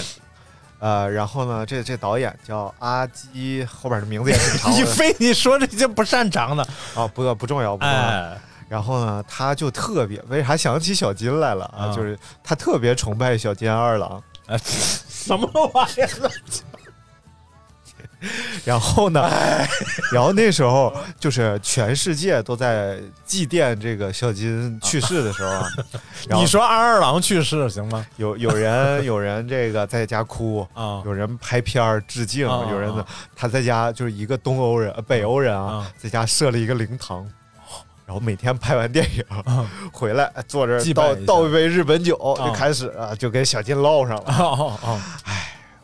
呃，然后呢，这这导演叫阿基，后边的名字也挺 长 的。
你非你说这些不擅长的
啊，不不重要，不重要。
哎
然后呢，他就特别为啥想起小金来了啊？
啊
就是他特别崇拜小金二郎。
哎，什么玩意儿？
然后呢，
哎
然后那时候就是全世界都在祭奠这个小金去世的时候 啊。然 后
你说安二郎去世行吗？
有有人有人这个在家哭
啊，
有人拍片儿致敬，
啊啊
有人呢
啊
他在家就是一个东欧人、呃北欧人啊，在家设了一个灵堂。然后每天拍完电影、回来，坐这儿
啊祭拜
倒
一下
倒一杯日本酒，
啊
就开始啊，就跟小金唠上了。
哦哦哦，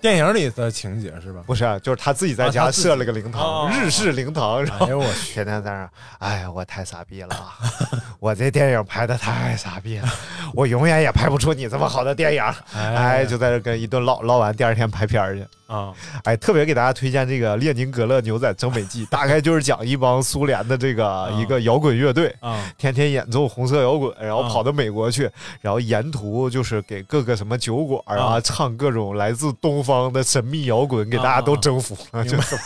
电影里的情节是吧？
不是，就是他自己在
啊
家
他自己
设了个灵堂，
哦
日式灵堂。然后
哎呦我
天天在那儿，哎呀，我太傻逼了啊， 我这电影拍的太傻逼了，我永远也拍不出你这么好的电影。
哎
哎，就在这跟一顿唠唠完，第二天拍片儿去。
啊，
哎，特别给大家推荐这个《列宁格勒牛仔征美记》，大概就是讲一帮苏联的这个一个摇滚乐队，
啊
天天演奏红色摇滚，然后跑到美国去，然后沿途就是给各个什么酒馆啊，
啊
唱各种来自东方的神秘摇滚，给大家都征服了，
啊明
就
白
是。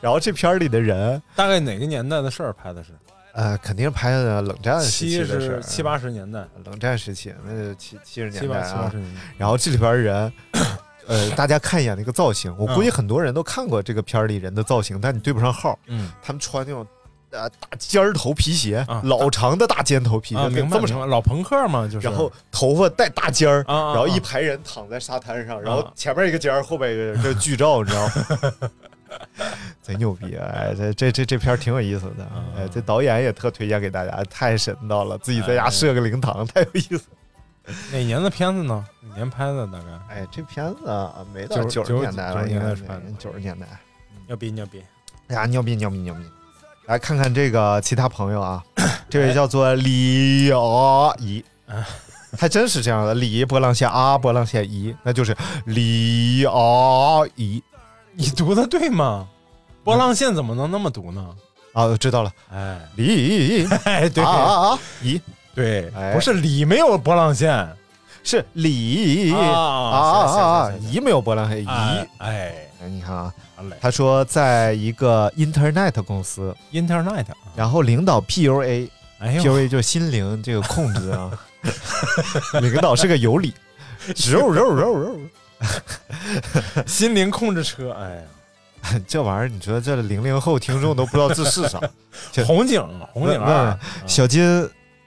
然后这片儿里的人，
大概哪个年代的事儿拍的是？
呃，肯定拍的冷战时期
七
的事儿
十七八十年代，
冷战时期，那就七七十
七
年代
八七八
啊
十。年代。
然后这里 边人，呃，大家看一眼那个造型，我估计很多人都看过这个片儿里人的造型，但你对不上号。
嗯，
他们穿那种呃大尖儿头皮鞋，
啊
老长的大尖头皮鞋，
啊，
这
明白，
么长
明白，老朋克嘛，就是。
然后头发带大尖儿，
啊啊啊
然后一排人躺在沙滩上，然
嗯
后前面一个尖儿，后边一个人，这剧照，你知道吗？ 贼牛逼！哎，这这这这片儿挺有意思的，
嗯
哎，这导演也特推荐给大家，太神道了，自己
哎
在家设个灵堂，太有意思。
哪年的片子呢？哪年拍的？大概
哎，这片子啊，没到
九
九十年代
九
了，
十年代
应
出
该
来的，
九十年代。
牛逼牛逼！
哎呀，牛逼牛逼牛逼！来看看这个其他朋友啊，这位叫做李瑶怡，还真是这样的，李波浪线啊，波浪线怡，那就是李瑶怡。
嗯你读的对吗？波浪线怎么能那么读呢？
啊，知道了，
哎，
李，
哎，对
啊啊啊，
咦，对，
哎
不是里没有波浪线，
是里
啊
啊
行行
啊！
行行
姨没有波浪黑，姨
哎哎，
你看啊
好嘞，
他说在一个 Internet 公司
，Internet，啊
然后领导 PUA，PUA、
哎 呦
PUA 就是心灵这个控制啊， 领导是个有理，肉肉肉肉，
心灵控制车，哎呀，
这玩意儿你说这零零后听众都不知道这是 啥，
红警红警二
问问小金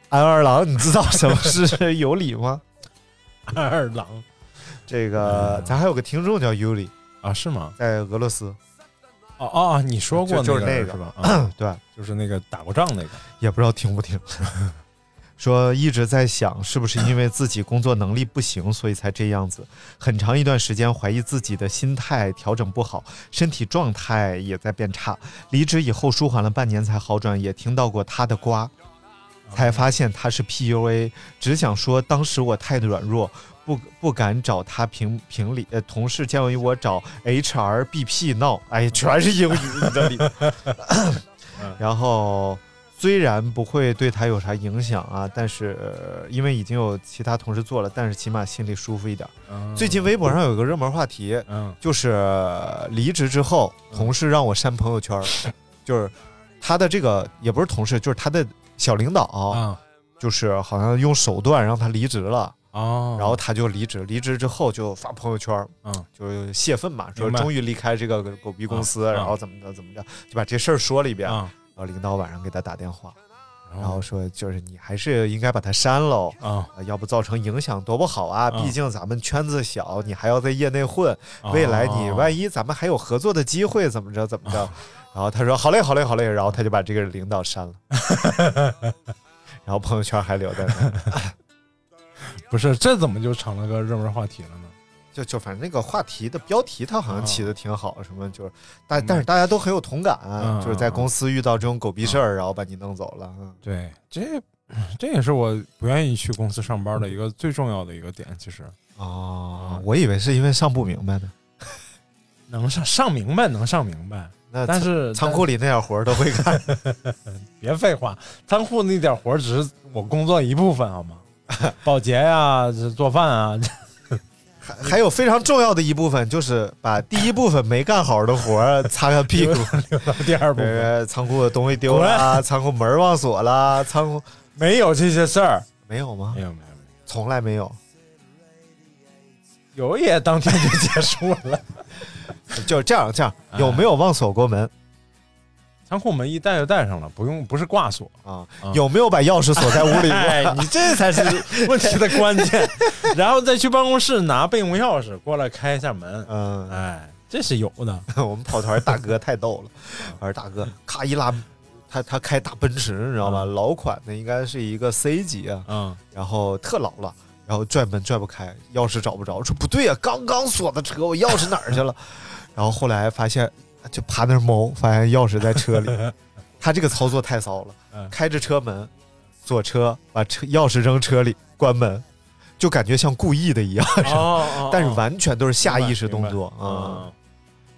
安二郎，你知道什么是有理吗？
安二郎，
这个咱还有个听众叫尤里
啊，是吗？
在俄罗斯，
哦哦，你说过
就就是
那
那
个是吧？
个，
啊
对，
就是那个打过仗那个，
也不知道听不听。 说一直在想，是不是因为自己工作能力不行，所以才这样子？很长一段时间怀疑自己的心态调整不好，身体状态也在变差。离职以后舒缓了半年才好转，也听到过他的瓜，才发现他是 PUA。只想说，当时我太软弱，不不敢找他评评理。呃，同事建议我找 HR、BP 闹，哎，全是英语，你这里。 然后虽然不会对他有啥影响啊，但是、呃因为已经有其他同事做了，但是起码心里舒服一点。最近微博上有一个热门话题，
嗯，
就是呃离职之后，同事让我删朋友圈 儿，就是他的这个也不是同事，就是他的小领导，
啊嗯
就是好像用手段让他离职了。
哦
然后他就离职，离职之后就发朋友圈儿，
嗯，
就是泄愤嘛，说
明白
终于离开这个狗逼公司，
啊啊
然后怎么着怎么着，就把这事儿说了一遍。
啊
然后领导晚上给他打电话，
然
后说就是你还是应该把它删喽，
啊、
要不造成影响多不好啊！
啊
毕竟咱们圈子小，你还要在业内混，
哦
未来你万一咱们还有合作的机会，怎么着怎么着。
哦
然后他说好嘞好嘞好嘞，然后他就把这个领导 删了，然后朋友圈还留在那儿，
不是这怎么就成了个热门话题了呢？
就就反正那个话题的标题他好像
哦
起的挺好，什么就是但但是大家都很有同感，啊
嗯
就是在公司遇到这种狗逼事儿，然后把你弄走了，嗯。
对，这这也是我不愿意去公司上班的一个最重要的一个点，其实
哦，我以为是因为上不明白呢。
能上上明白，能上明白。
那
呃但是
仓仓库里那点活儿都会 干，
别废话，仓库那点活儿只是我工作一部分，好吗？保洁呀、这做饭啊，
还有非常重要的一部分就是把第一部分没干好的活 儿擦干屁股，
留到第二部分
呃，仓库的东西丢了，仓库门儿忘锁了，仓库
没有这些事儿，
没有吗？
没有没有，
从来没有，
有也当天就结束了。
就这样这样，
哎
有没有忘锁过门
仓库门一带就带上了，不用不是挂锁
啊？有没有把钥匙锁在屋里过
嗯 哎，你这才是 问题的关键。 然后再去办公室拿备用钥匙过来开一下门。
嗯，
哎，这是有的。
我们跑团大哥太逗了，
嗯
我说大哥咔一拉，他他开大奔驰，你知道吧？老款的应该是一个 C 级啊，
嗯，
然后特老了，然后拽门拽不开，钥匙找不着，我说不对啊，刚刚锁的车，我钥匙哪儿 去了？然后后来发现啊就趴那儿猫，发现钥匙 在车里，他这个操作太骚
嗯
了，开着车门锁车，把车钥匙扔车里，关门。就感觉像故意的一样，
哦哦
但是完全都是下意识动作
明白明白
嗯。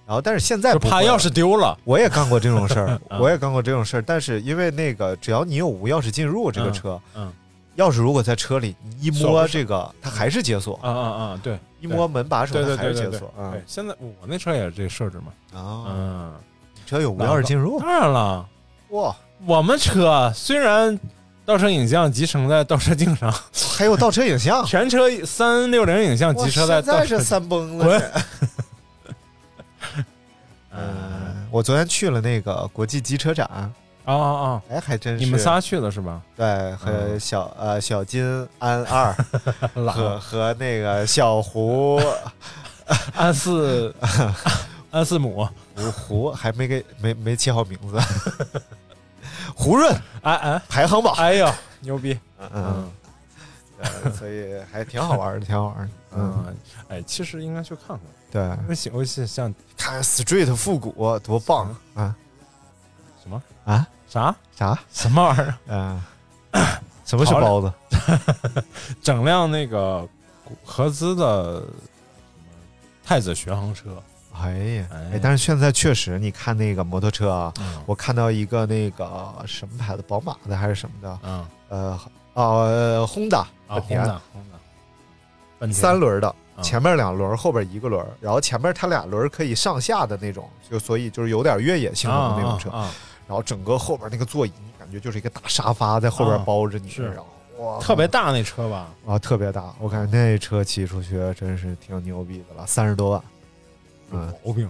然后，但是现在不
怕
会了
钥匙丢了，
我也干过这种
，
事儿
嗯
我也干过这种事儿。但是因为那个，只要你有无钥匙进入这个车，
嗯，
钥匙如果在车里，你一
锁不
摸
上
这个，它还是解锁。
啊啊啊，对，
一摸门把手
对对
它还
对
是
对
解
对
锁。
对
嗯
对现在我那车也是这设置嘛。
啊，
嗯，
车有无钥匙进入？
当然了，
哇，
我们车虽然倒车影像集成在倒车镜 上，。
还有倒车影像
全车三六零影像
哇
集车在
现在
倒
是
车
三崩 了。
滚。
嗯，我昨天去了那个国际机车展，
啊啊啊！
哎，还真是
你们仨去的是 吧？
对，和
嗯
小呃小金安二 和
了
和那个小胡
安四 安四母，
胡胡还没给没没起好名字， 胡润
哎哎
排行 榜，
哎呦，牛逼！
嗯嗯，呃所以还挺好玩的，挺好玩的，嗯，
嗯，哎，其实应该去看看。
对，
我喜我喜想
看 Street 复古多棒啊
什么
啊
啥
啥
什么玩意儿？
嗯， 什么是包子？
整辆那个古合资的什么太子学行车，
哎呀，哎，但是现在确实，你看那个摩托车啊，
嗯
我看到一个那个什么牌子，宝马的还是什么的，
嗯，
呃，哦，Honda，
啊，
本田
红的红的，本田
三轮的，
啊
前面两轮，后边一个轮，然后前面它俩轮可以上下的那种，就所以就是有点越野性能的那种车，
啊啊啊
然后整个后边那个座椅，你感觉就是一个大沙发在后边包着你，
啊是
然后哇，
特别大那车吧？
啊，特别大，我感觉那车骑出去真是挺牛逼的了，三十多万，嗯，
毛病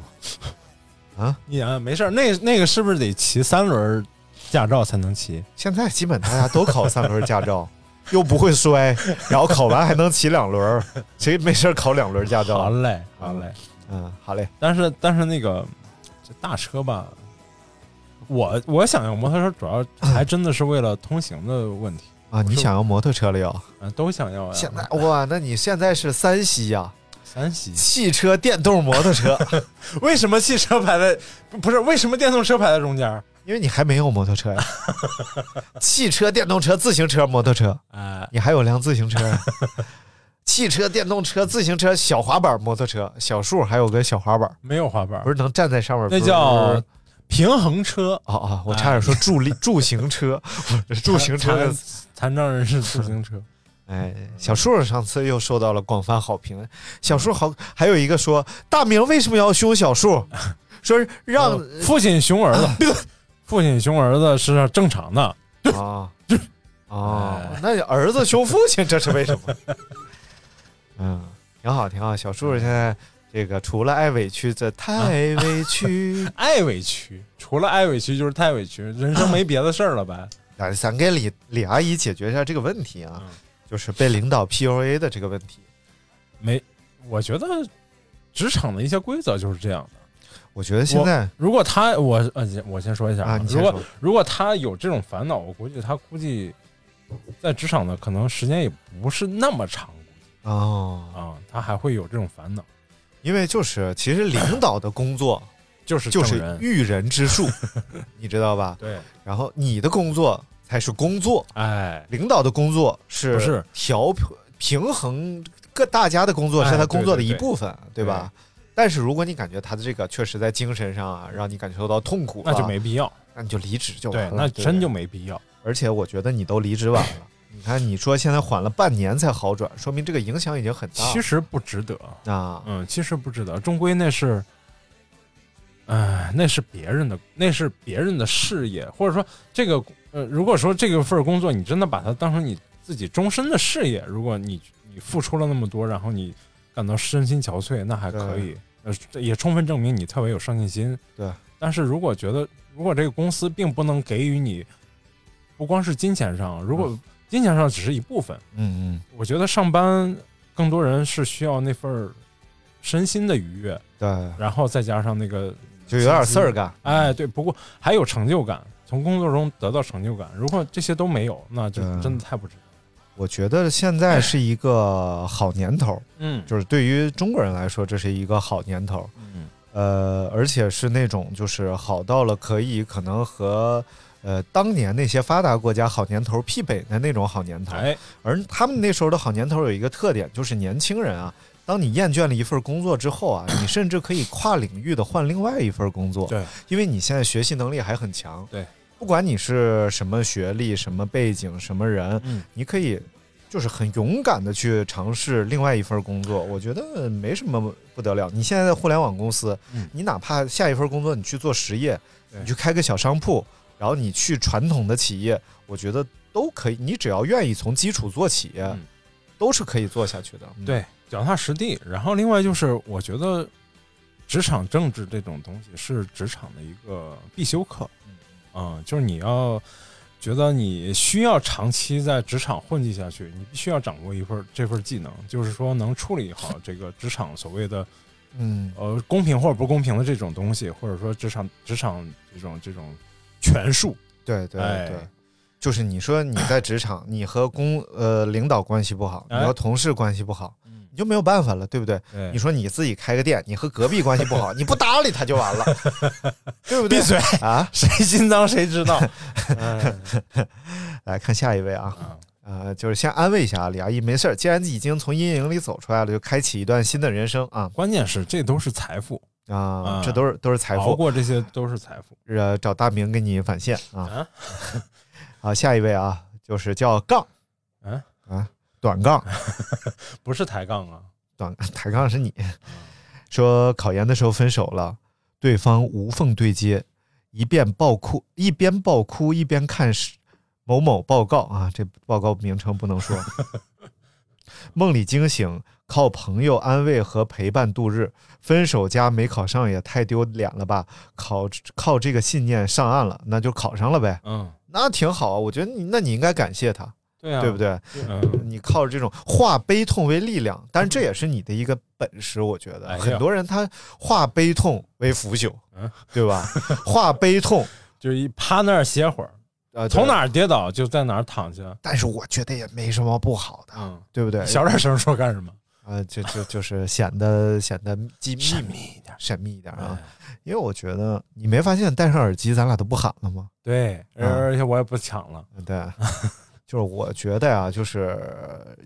啊！
你啊，没事儿，那那个是不是得骑三轮驾照才能骑？
现在基本大家都考三轮驾照， 又不会摔，然后考完还能骑两轮儿， 谁没事儿考两轮驾照？
好嘞，好嘞，
嗯，好嘞。
但是但是那个这大车吧，我我想要摩托车，主要还真的是为了通行的问题
啊！你想要摩托车了又？
啊，都想要呀。
现在哇，那你现在是三系呀、
三系
汽车、电动摩托车，
为什么汽车排在不是？为什么电动车排在中间？
因为你还没有摩托车呀、汽车、电动车、自行车、摩托车，
哎，
你还有辆自行车呀、汽车、电动车、自行车、小滑板、摩托车，小树还有个小滑板，
没有滑板，
不是能站在上面，
啊那叫哎平衡车。
哦哦，我差点说助力助 行车，我助行车的
残残障人士自行 车。
哎，小树上次又受到了广泛好评。小树好，还有一个说大明为什么要凶 小树？说是让
呃父亲熊儿 子，父亲熊儿子是正常的。
啊
哎
哦，那儿子凶父亲，这是为什 么？嗯，挺好，挺好。小
嗯
树现在这个除了爱委屈，这太委 屈，
爱委屈，除了爱委屈就是太委屈，人生没 别的事儿了呗。
咱咱给李李阿姨解决一下这个问题啊，
嗯
就是被领导 PUA 的这个问题。
没，我觉得职场的一些规则就是这样的。
我觉得现在
我如果他我呃我先说一下
啊你先
如
说
果如果他有这种烦恼，我估计他估计在职场的可能时间也不是那么长
哦
啊，他还会有这种烦恼。
因为就是其实领导的工作
就是
就
整
是
人
驭人 之术，你知道吧？
对。
然后你的工作才是工作，
哎，
领导的工作是
不是
调平衡各大家的工作
哎
是他工作的
对
一
对对
部分，对吧？但是如果你感觉他的这个确实在精神上啊，让你感受到痛苦，啊
那就没必要，
那你就离职就完
对
了，，
那
对啊
真就没必要。
而且我觉得你都离职晚 了，你看你说现在缓了半年才好转，说明这个影响已经很大了。
其实不值得
啊，
嗯，其实不值得，终归那是，哎，那是别人的，那是别人的事业，或者说这个呃，如果说这个份儿工作你真的把它当成你自己终身的事业，如果你你付出了那么多，然后你感到身心憔悴，那还可以，呃，这也充分证明你特别有上进心。
对，
但是如果觉得如果这个公司并不能给予你，不光是金钱上，如
嗯
果金钱上只是一部分，
嗯嗯，
我觉得上班更多人是需要那份儿身心的愉悦，
对，
然后再加上那个
就有点事儿干
信息哎，对，不过还有成就感，从工作中得到成就感。如果这些都没有，那就
对
真的太不值得。
我觉得现
哎
在是一个好年头，
嗯
就是对于中国人来说，这是一个好年头，
嗯，
呃，而且是那种就是好到了可以可能和呃当年那些发达国家好年头媲美的那种好年头，
哎，
而他们那时候的好年头有一个特点，就是年轻人啊，当你厌倦了一份工作之后啊，你甚至可以跨领域的换另外一份工作，
对，
因为你现在学习能力还很强，
对，
不管你是什么学历、什么背景、什么人，
嗯
你可以就是很勇敢的去尝试另外一份工作，我觉得没什么不得了。你现在在互联网公司，
嗯
你哪怕下一份工作你去做实业，
对
你去开个小商铺，然后你去传统的企业，我觉得都可以。你只要愿意从基础做起，都是可以做下去的。嗯
嗯对，脚踏实地。然后另外就是，我觉得职场政治这种东西是职场的一个必修课，嗯，就是你要觉得你需要长期在职场混迹下去，你必须要掌握一份儿这份儿技能，就是说能处理好这个职场所谓的
嗯
呃公平或者不公平的这种东西，或者说职场职场这种这种权术，
对对
哎
对，就是你说你在职场，你和公呃领导关系不好，你
哎嗯
和同事关系不好，你就没有办法了，对不对？
对
你说你自己开个店，你和隔壁关系不好，你不搭理他就完 了，对不对？
闭嘴
啊！
谁心脏谁知 道。哎
来看下一位啊。呃，就是先安慰一下李阿姨，没事儿，既然已经从阴影里走出来了，就开启一段新的人生啊。
关键是这都是财富，
啊
嗯，
这都是都是财
熬
富，
过这些都是财富。
呃，找大明给你返现啊。啊，下一位啊，就是叫杠，
嗯
啊，短杠，
不是抬杠啊，
短抬杠是你。说考研的时候分手了，对方无缝对接，一边爆哭，一边爆哭，一边看是某某报告啊，这报告名称不能说。梦里惊醒，靠朋友安慰和陪伴度日。分手加没考上也太丢脸了吧？考靠这个信念上岸了，那就考上了呗。
嗯，
那挺好啊，我觉得你那你应该感谢他，
对啊
对不对？
嗯
你靠着这种化悲痛为力量，但是这也是你的一个本事，我觉得、
哎呀
很多人他化悲痛为腐朽，
嗯，
对 吧？化悲痛
就是一趴那儿歇会儿，
啊，对
从哪儿跌倒就在哪儿躺下。
但是我觉得也没什么不好的，
嗯，
对不对？
小点声说干什么？
啊，就就就是显得显得机密神秘一点，神秘一点啊。
哎
因为我觉得你没发现戴上耳机咱俩都不喊了吗？
对，
嗯
而且我也不抢了。
对，就是我觉得呀、就是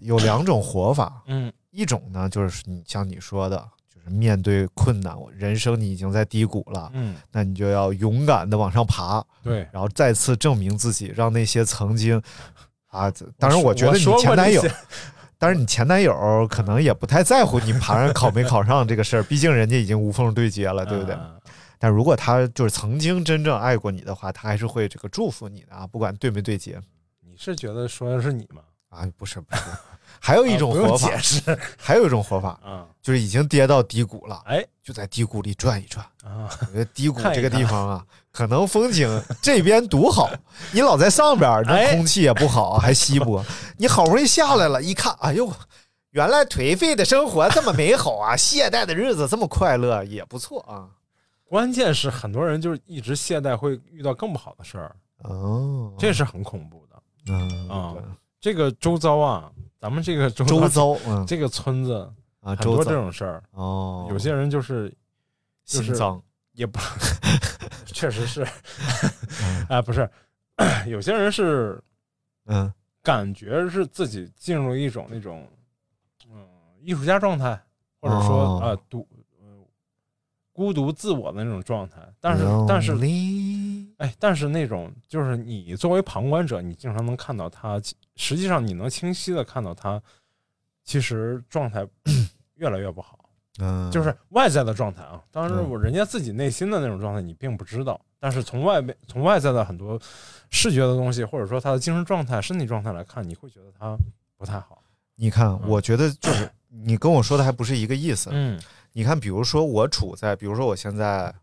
有两种活法，
嗯，
一种呢就是你像你说的，就是面对困难，我人生你已经在低谷了，
嗯，
那你就要勇敢的往上爬，
对
然后再次证明自己，让那些曾经啊，当然
我
我觉得你
说过
前男
这
友
些。
当然，你前男友可能也不太在乎你爬上考没考上这个事儿，毕竟人家已经无缝对接了，对不对？
嗯
但如果他就是曾经真正爱过你的话，他还是会这个祝福你的啊，不管对没对接
你是觉得说的是你吗？
啊，不是不是。 还有一种活法，
啊不用解 释
还有一种活法，
嗯，
就是已经跌到低谷了，
哎，
就在低谷里转一转。
啊，
我觉得低谷
看一
这个地
看
方啊，可能风景这边独好，你老在上边儿，
哎
那空气也不好，还稀薄。你好不容易下来了，一看，哎呦，原来颓废的生活这么美好啊，懈怠的日子这么快乐，也不错啊。
关键是很多人就是一直懈怠，会遇到更不好的事儿，
哦，
这是很恐怖的
嗯
啊、这个周遭啊，咱们这个周
周遭嗯
这个村子
啊
很
周
多
遭
这种事儿
哦
有些人就是就
心
是
脏
也不，确实是 啊，不是有些人是
嗯
感觉是自己进入一种那种嗯艺术家状态，或者说
哦
啊独呃孤独自我的那种状态，但是但是哎，但是那种就是你作为旁观者，你经常能看到他，其实际上你能清晰的看到他，其实状态 越来越不好，
嗯，
就是外在的状态啊。当然，
嗯
我人家自己内心的那种状态你并不知道，但是从外面从外在的很多视觉的东西，或者说他的精神状态、身体状态来看，你会觉得他不太好。
你看，我觉得就是你跟我说的还不是一个意思。
嗯，
你看，比如说我处在，比如说我现在，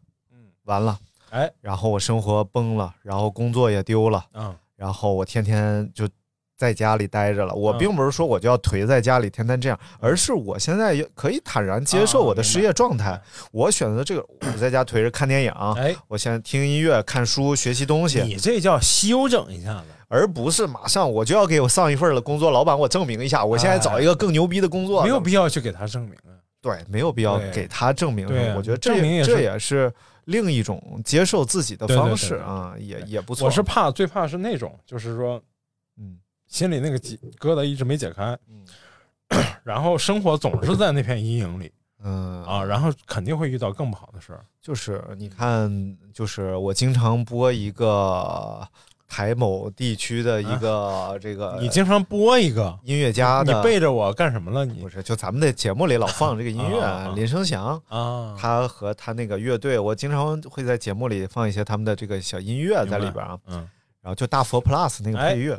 完了，
嗯哎，
然后我生活崩了，然后工作也丢了，
嗯，
然后我天天就在家里待着了。我
嗯
并不是说我就要颓在家里天天这样，而是我现在也可以坦然接
嗯
受我的失业状态。我选择这个，我在家颓着看电影，
哎，
我现在听音乐、看书、学习东西。
你这叫修整一下子。
而不是马上我就要给我上一份的工作，老板我证明一下，我现在找一个更牛逼的工作，
哎没有必要去给他证明啊。
对，没有必要
对
给他证明什么
对啊
我觉得这
证明也是
这也是另一种接受自己的
对对
方
对
式
对
啊，也也不错。
我是怕最怕是那种，就是说，
嗯，
心里那个结疙瘩一直没解开，然后生活总是在那片阴影里，
嗯
啊，然后肯定会遇到更不好的事儿。
就是你看，就是我经常播一个台某地区的一个这个，
啊你经常播一个
音乐呃家
你
的，
你背着我干什么了？你
不是就咱们的节目里老放这个音乐，啊林生祥
啊，
他和他那个乐队，我经常会在节目里放一些他们的这个小音乐在里边啊，
嗯，
然后就大佛 Plus 那个配乐。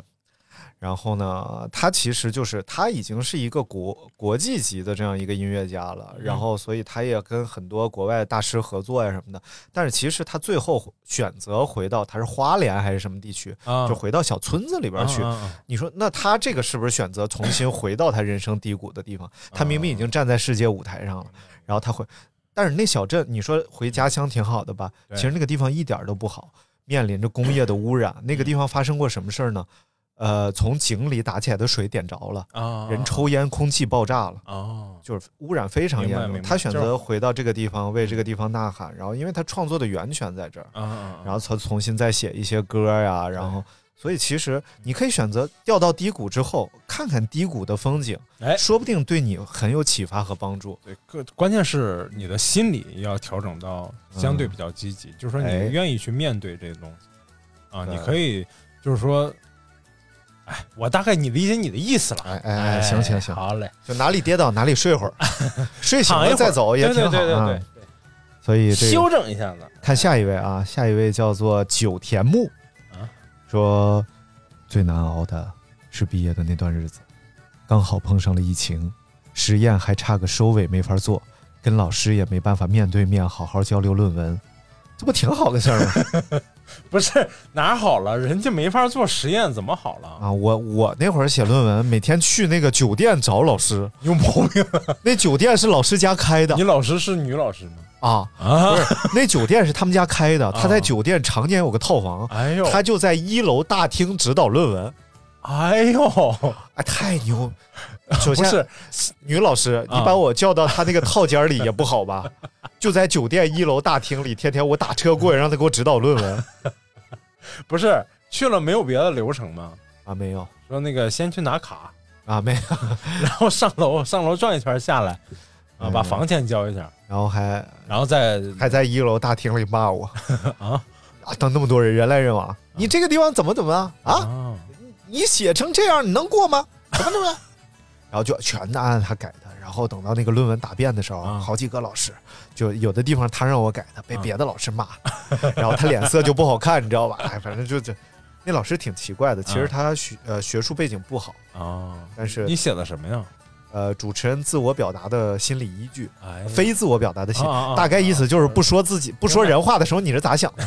然后呢，他其实就是他已经是一个国国际级的这样一个音乐家了，然后所以他也跟很多国外大师合作呀什么的。但是其实他最后选择回到他是花莲还是什么地区，
啊
就回到小村子里边去。
啊啊啊
你说那他这个是不是选择重新回到他人生低谷的地方？他明明已
啊
经站在世界舞台上了，然后他回，但是那小镇，你说回家乡挺好的吧？
对
其实那个地方一点儿都不好，面临着工业的污染。那个地方发生过什么事儿呢？呃，从井里打起来的水点着了，
啊
人抽烟，空气爆炸了。
哦，
就是污染非常
明白
严重，
明白
他选
就是
择回到这个地方为这个地方呐喊，然后因为他创作的源泉在这儿，
啊啊啊
然后他重新再写一些歌呀，然后所以其实你可以选择掉到低谷之后，看看低谷的风景，哎，说不定对你很有启发和帮助。
对，个关键是你的心理要调整到相对比较积极，就是说你
嗯哎
愿意去面对这些东西、啊，
对
你可以就是说，哎，我大概你理解你的意思了，哎
哎哎，行行行，
好嘞，
就哪里跌倒哪里睡 会儿，睡醒
躺一会
了
儿
再走也
对对
挺好
对对
啊
对。
所以这个
修正一下子，
看下一位啊，下一位叫做九田木
啊，
说最难熬的是毕业的那段日子，刚好碰上了疫情，实验还差个收尾没法做，跟老师也没办法面对面好好交流论文，这不挺好的事儿 吗？
不是哪儿好了，人家没法做实验，怎么好了？
啊，我我那会儿写论文，每天去那个酒店找老师，
有毛病。
那酒店是老师家开的，
你老师是女老师吗？
啊
啊
不是，那酒店是他们家 开的，他在酒店常年有个套房，
哎呦
他就在一楼大厅指导论文，
哎呦，
哎，太 牛！首
不是
先，女老师，你
啊
把我叫到他那个套间里也不好吧？就在酒店一楼大厅里，天天我打车过去让他给我指导论文
不是去了没有别的流程吗？
啊，没有
说那个先去拿卡，
啊，没有，
然后上楼上楼转一圈下来，啊，
嗯
把房钱交一下，
然后还
然后再
还在一楼大厅里骂我
啊
啊，当那么多人人来人往，你这个地方怎么怎么啊？啊，
啊，
你写成这样，你能过 吗？怎么怎么？啊然后就全按按他改的，然后等到那个论文答辩的时候，好几个老师就有的地方他让我改的，被别的老师 骂，然后他脸色就不好看，你知 道吧？哎，反正就这，那老师挺奇怪的。其实他学、呃学术背景不好，
啊，
但是
你写的什么呀？
呃主持人自我表达的心理依据，
哎
非自我表达的心，
啊啊啊
大概意思就是不说自己、不说人话的时候你是咋想的？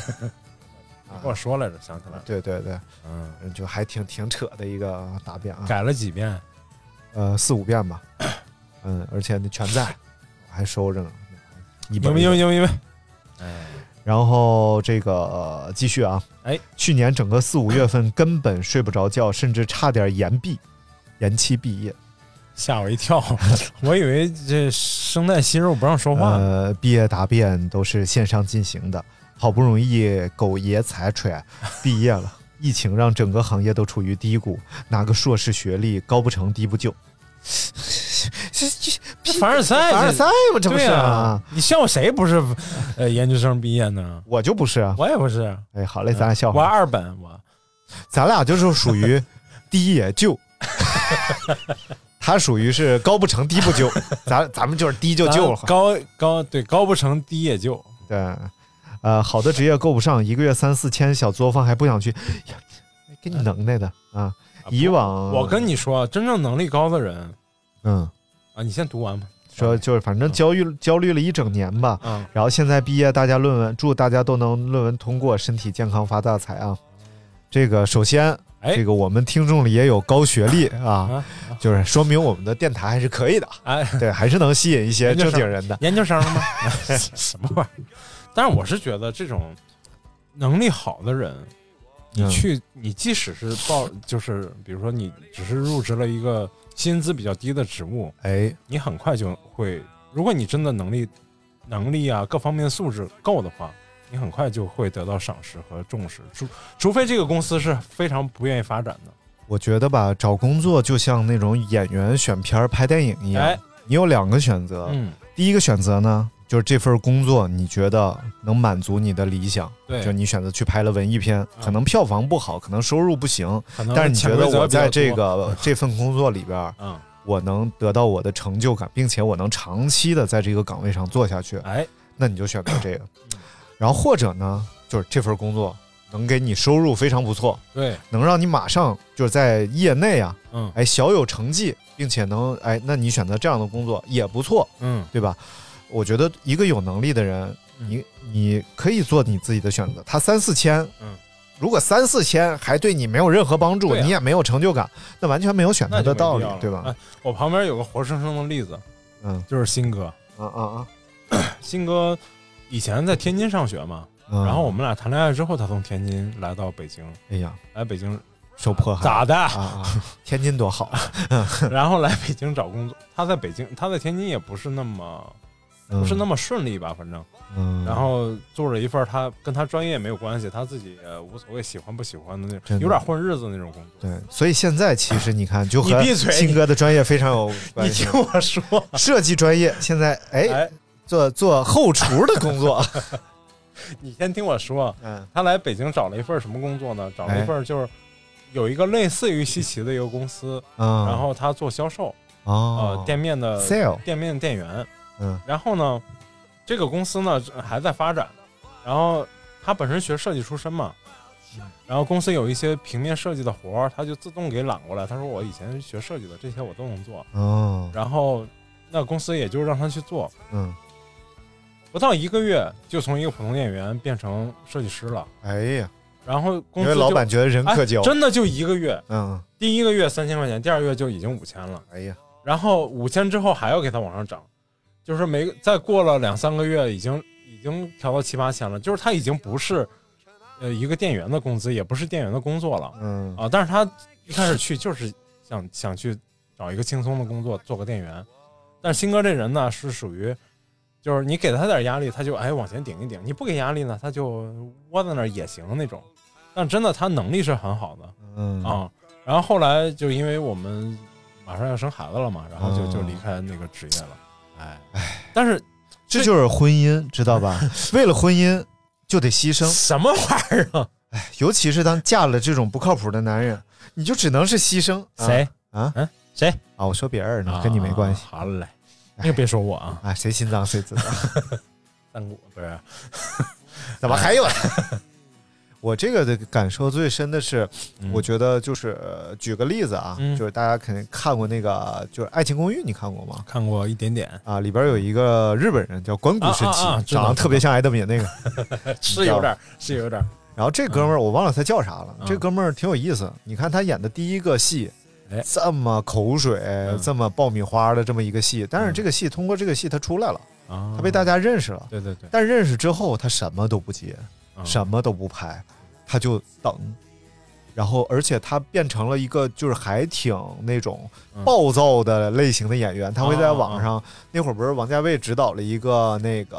啊
你跟我说来着，想起来了，
对对对，
嗯，
就还挺挺扯的一个答辩啊。
改了几遍，
呃四五遍吧，嗯，而且那全在，我还收着呢，一哎
牛
本
逼
一
牛
本
逼牛逼牛逼！
然后这个、呃继续啊，
哎，
去年整个四五月份根本睡不着觉，甚至差点延毕，延期毕业。
吓我一跳，我以为这声带息肉不让说话呢。
呃，毕业答辩都是线上进行的，好不容易狗爷才出来毕业了。疫情让整个行业都处于低谷，拿个硕士学历高不成低不就，
这凡尔赛，
凡尔赛嘛这不是
对
啊
啊？你笑谁不是呃研究生毕业呢？
我就不是啊。
我也不是。
哎，好嘞，咱俩笑
我
话，
二本，我
咱俩就是属于低也就， 他属于是高不成低不就，咱咱们就是低就就了。
高高对高不成低也啊就。
对，呃，好的职业够不上，一个月三四千，小作坊还不想去，哎呀给你能耐的啊！以往
我跟你说，真正能力高的人
嗯
啊，你先读完吧。
说就是反正焦虑焦虑了一整年吧，
啊嗯
然后现在毕业，大家论文，祝大家都能论文通过，身体健康发大财啊！这个首先，
哎
这个我们听众里也有高学历啊，就是说明我们的电台还是可以的，啊
哎，
对，还是能吸引一些
研究
正
生
经人的。
研究生吗？ 什么玩意儿？但是我是觉得这种能力好的人，你
嗯
去，你即使是报，就是比如说你只是入职了一个薪资比较低的职务，
哎，
你很快就会，如果你真的能力、能力啊各方面素质够的话，你很快就会得到赏识和重视，除除非这个公司是非常不愿意发展的。
我觉得吧，找工作就像那种演员选片儿拍电影一样，
哎
你啊有两个选择，
嗯，
第一个选择呢，就是这份工作你觉得能满足你的理想，
对嗯
就你选择去拍了文艺片，可能票房不好，可能收入不行
可，能
但是你觉
潜规
得
则
我
比较
在这
多
个这份工作里边儿，
嗯
我能得到我的成就感，并且我能长期的在这个岗位上做下去，
哎，
那你就选择这个，然后或者呢，就是这份工作能给你收入非常不错，
对，
能让你马上就是在业内啊，
嗯
哎小有成绩，并且能哎，那你选择这样的工作也不错，
嗯，
对吧？我觉得一个有能力的人，你你可以做你自己的选择。他三四千，
嗯，
如果三四千还对你没有任何帮助，
对啊
你也没有成就感，那完全没有选
那就
择的
没
道
必
理
要了，
对吧
哎？，我旁边有个活生生的例子，
嗯，
就是新哥，
啊啊啊，
新哥以前在天津上学嘛，
嗯
然后我们俩谈恋爱之后，他从天津来到北京，
哎呀，
来北京
受迫害
咋的
啊啊！天津多好，
然后来北京找工作。他在北京，他在天津也不是那么不是那么顺利吧，反正，
嗯
然后做了一份他跟他专业没有关系，他自己也无所谓喜欢不喜欢的那种，
真的
有点混日子那种工作。
对，所以现在其实你看，就和
你闭嘴
新哥的专业非常有
你
关系
听。我说，
设计专业现在哎，做做后厨的工作，
你先听我说，
嗯，
他来北京找了一份什么工作呢？找了
哎
一份就是有一个类似于西奇的一个公司，
嗯
然后他做销售，
哦
呃，店面的
Sale
店面店员，
嗯，
然后呢，这个公司呢还在发展，然后他本身学设计出身嘛，
嗯
然后公司有一些平面设计的活儿，他就自动给揽过来。他说我以前学设计的，这些我都能做，
哦
然后那公司也就让他去做，
嗯，
不到一个月就从一个普通店员变成设计师了。
哎呀，
然后公
因
司
为老
就
板觉得人哦可交
哎真的就一个月，
嗯，
第一个月三千块钱，第二个月就已经五千了。
哎呀，
然后五千之后还要给它往上涨，就是没再过了两三个月，已经已经调到七八千了，就是他已经不是呃一个店员的工资，也不是店员的工作了。
嗯
啊，但是他一开始去就是想想去找一个轻松的工作，做个店员。但是新哥这人呢，是属于就是你给他点压力，他就哎往前顶一顶；你不给压力呢，他就窝在那儿也行那种。但真的，他能力是很好的，
嗯
啊。然后后来就因为我们马上要生孩子了嘛，然后
哦
就就离开那个职业了。哎，但是
这就是婚姻，知 道吧？为了婚姻就得牺牲
什么玩意儿 啊！
哎，尤其是当嫁了这种不靠谱的男人，你就只能是牺牲。啊
谁
啊？
嗯，谁
啊？我说别人呢，跟你没关系。哎
好嘞，那个别说我啊，
啊，谁心脏谁知道。
三国不是？
怎么还有？ 我这个的感受最深的是，我觉得就是、呃举个例子啊，
嗯
就是大家肯定看过那个，就是《爱情公寓》，你看过吗？
看过一点点
啊，里边有一个日本人叫关谷神奇，
啊啊啊知道
长得特别像艾德敏那 个。哎
是有点儿，是有点儿。
然后这哥
嗯
们儿我忘了他叫啥了，这哥们儿挺有意思。你看他演的第一个戏，
哎
这么口水、
嗯
这么爆米花的这么一个戏，但是这个戏通过这个戏他出来了，
啊
他被大家认识了。
对对对，
但认识之后，他什么都不接，
啊
什么都不拍，他就等。然后，而且他变成了一个就是还挺那种
嗯
暴躁的类型的演员。他会在网
啊
上那会儿不是王家卫指导了一个那个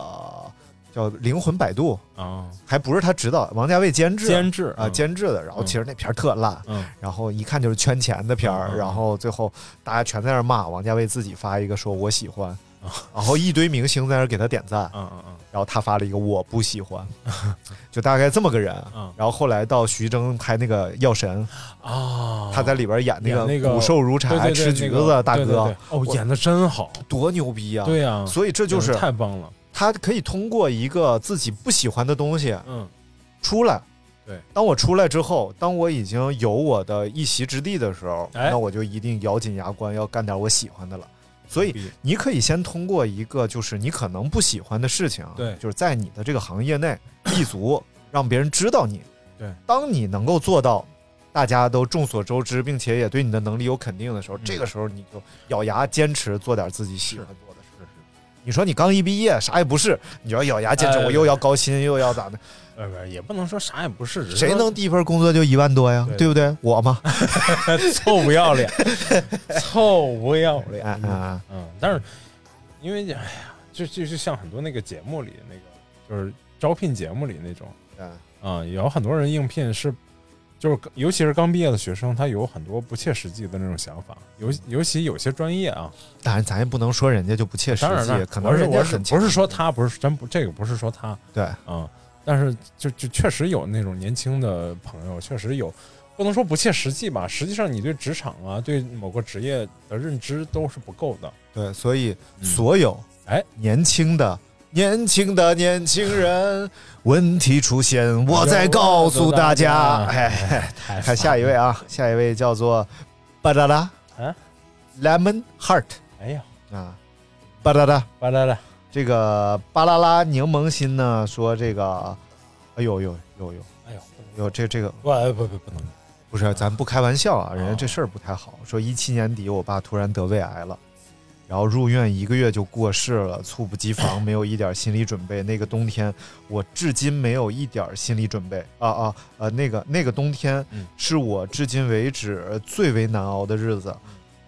叫《灵魂摆渡》
啊，
还不是他指导，王家卫监制
监制
啊
嗯
监制的。然后其实那片儿特烂，
嗯
然后一看就是圈钱的片儿。然后最后大家全在那儿骂王家卫，自己发一个说我喜欢，
啊
然后一堆明星在那儿给他点赞。
嗯嗯嗯，
然后他发了一个我不喜欢， 就大概这么个人。
嗯
然后后来到徐峥拍那个《药神》
啊，
他在里边演那
演那个
骨瘦如柴、
对对对
吃橘子
那个
的大
对对
哥，
对哦演得真好，
多牛逼啊！
对呀
所以这就
演
是
得太棒了。
他可以通过一个自己不喜欢的东西，
嗯，
出来。
对，
当我出来之后，当我已经有我的一席之地的时候，
哎
那我就一定咬紧牙关要干点我喜欢的了。所以你可以先通过一个就是你可能不喜欢的事情，
对
就是在你的这个行业内立 足，让别人知道你。
对，
当你能够做到，大家都众所周知，并且也对你的能力有肯定的时
嗯
候，这个时候你就咬牙坚持做点自己喜欢做的事。你说你刚一毕业啥也不是，你就要咬牙坚持，
哎
我又要高薪又要咋 的？
呃，不是也不能说啥也不是，只是
谁
说
能第一份工作就一万多呀？
对
对不对？我 吗？
臭不要脸， 臭不要脸
啊啊！
嗯，但是因为哎呀，就就就像很多那个节目里那个，就是招聘节目里那种，嗯
啊、
有很多人应聘是，就是尤其是刚毕业的学生，他有很多不切实际的那种想法，尤尤其有些专业啊，
当然，咱也不能说人家就不切实
当然
际
了，，
可
我
能
是
人家
我是
很
不是说他不是真不这个不是说他
对
嗯，但是就就确实有那种年轻的朋友，确实有不能说不切实际吧，实际上你对职场啊，对某个职业的认知都是不够的。嗯
对，所以所有
哎
年轻的、年轻的年轻人，问题出现，我再告诉大家。
哎
哎，
太
看下一位啊， 下一位叫做巴达达
啊
，Lemon Heart
哎呀
啊，巴达达
巴达达，
这个巴啦啦柠檬心呢说这个，哎呦呦呦呦，
哎呦
呦这这个
不不不不能，
不是，咱不开玩笑啊，人家这事儿不太好。说一七年底，我爸突然得胃癌了，然后入院一个月就过世了，猝不及防，没有一点心理准备。那个冬天，我至今没有一点心理准备啊啊呃，那个那个冬天是我至今为止最为难熬的日子。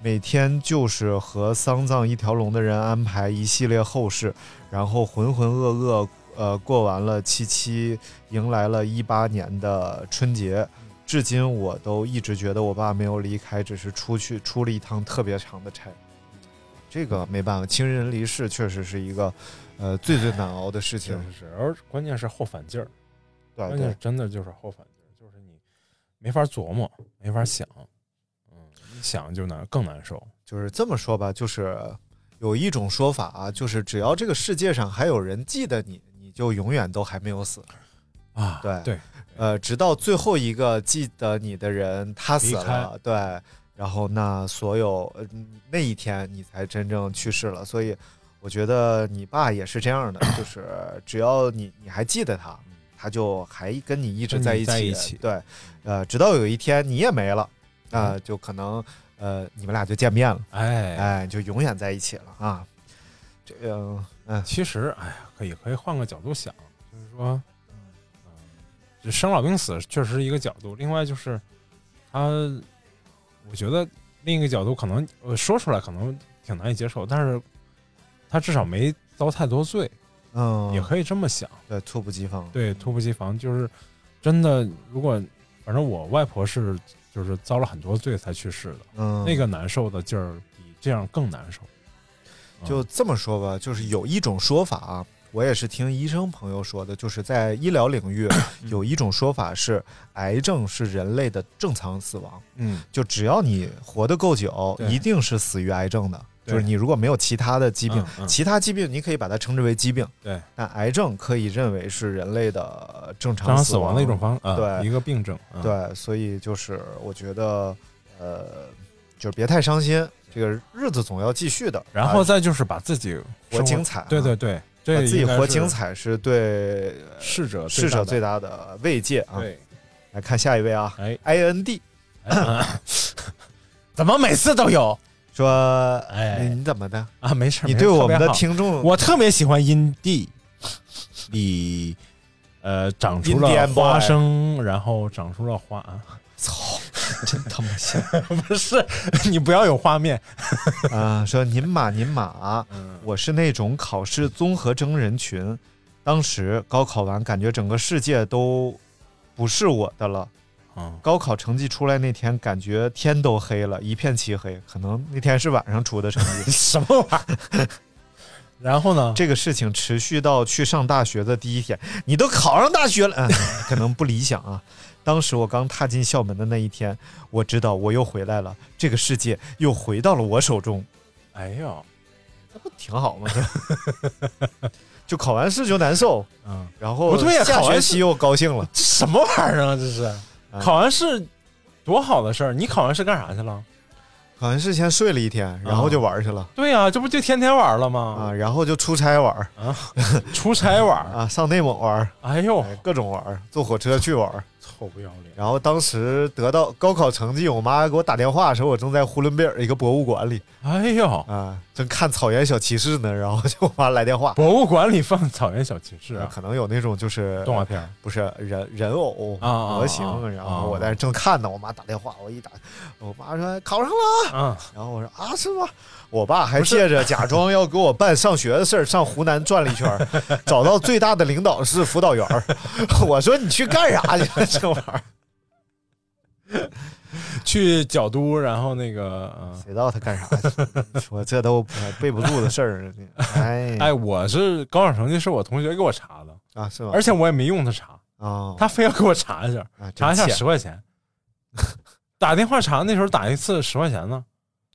每天就是和丧葬一条龙的人安排一系列后事，然后浑浑噩噩，呃，过完了七七，迎来了一八年的春节。至今我都一直觉得我爸没有离开，只是出去出了一趟特别长的差。这个没办法，亲人离世确实是一个，呃，最最难熬的事情。
是是，而关键是后反劲儿，
对
关键
啊对
是，真的就是后反劲儿，就是你没法琢磨，没法想，嗯，一想就难，更难受。
就是这么说吧，就是有一种说法啊，就是只要这个世界上还有人记得你，你就永远都还没有死
啊。
对
对，
呃，直到最后一个记得你的人他死
离开
了，对，然后那所有呃那一天你才真正去世了。所以我觉得你爸也是这样的，就是只要你你还记得他，他就还跟你一直在一起，
跟你在一起
对，
嗯
呃，直到有一天你也没了，啊、就可能呃你们俩就见面了，
哎
哎，就永远在一起了啊。这嗯嗯，
其实哎呀，可以可以换个角度想，就是说，嗯，生老病死确实是一个角度，另外就是他，我觉得另一个角度可能呃说出来可能挺难以接受，但是他至少没遭太多罪，
嗯，
也可以这么想，
对，猝不及防，
对，猝不及防就是真的，如果反正我外婆是就是遭了很多罪才去世的，
嗯
那个难受的劲儿比这样更难受，嗯
就这么说吧，就是有一种说法啊，我也是听医生朋友说的，就是在医疗领 域有一种说法是，癌症是人类的正常死亡。
嗯，
就只要你活得够久，
对
一定是死于癌症的。
对
就是你如果没有其他的疾病
嗯，嗯
其他疾病你可以把它称之为疾病，
对，
但癌症可以认为是人类的正
正
常
常死亡的一种方啊
嗯对，
一个病症啊
对，所以就是我觉得，呃，就是别太伤心，这个日子总要继续的。啊
然后再就是把自己
活精彩啊
对对对，这
把自己
应该
活
是
精彩是对呃
逝者
逝者最
大
大的慰藉啊。
对，
来看下一位啊，
哎
，I N D，
怎么每次都有
说，
哎
你怎么的？
啊？没事儿，
你
没事儿
对我
特别
们的
好
听众
我特别喜欢阴地里，呃，长出
Indian
了
boy
花生，然后长出了花，
哎操，
真他妈像！ 不是，你不要有画面，
啊，说您马您马，
嗯
我是那种考试综合征人群，当时高考完，感觉整个世界都不是我的了。
嗯，
高考成绩出来那天，感觉天都黑了，一片漆黑。可能那天是晚上出的成 绩，
什么玩
意儿？
然后呢？
这个事情持续到去上大学的第一天，你都考上大学了，嗯，可能不理想啊。当时我刚踏进校门的那一天，我知道我又回来了，这个世界又回到了我手中，
哎呦，
挺好嘛。 就考完试就难受，
嗯，
然后
不对呀
下
考完
学
试
期又高兴了。
这什么玩意儿啊？这是
嗯
考完试多好的事儿，你考完试干啥去了？
考完试先睡了一天，然后就玩去了
对呀、啊这不就天天玩了吗？
啊，然后就出差玩
啊，出差玩
啊，上内蒙玩，
哎呦，
各种玩，坐火车去玩。
臭不要脸！
然后当时得到高考成绩，我妈给我打电话的时候，我正在呼伦贝尔一个博物馆里
哎呦，
啊，正看《草原小骑士》呢，然后就我妈来电话，
博物馆里放《草原小骑士》啊，
可能有那种就是
动画片儿
不是人人偶
啊啊
模型
啊，啊
然后我在那正看呢，我妈打电话，我一打，我妈说考上了，
啊，
然后我说啊是吗？我爸还借着假装要给我办上学的事儿，上湖南转了一圈儿， 找到最大的领导是辅导员儿。 我说你去干啥去了？ 这玩意儿。
去角都，然后那个，呃
谁知道他干啥去？ 说这都背不住的事儿，你哎
嗯，哎，我是高考成绩是我同学给我查的，
啊，是吗？
而且我也没用他查，
啊，
他非要给我查 一下，
啊真
查一下
欠
十块钱， 打电话查那时候打一次十块钱呢，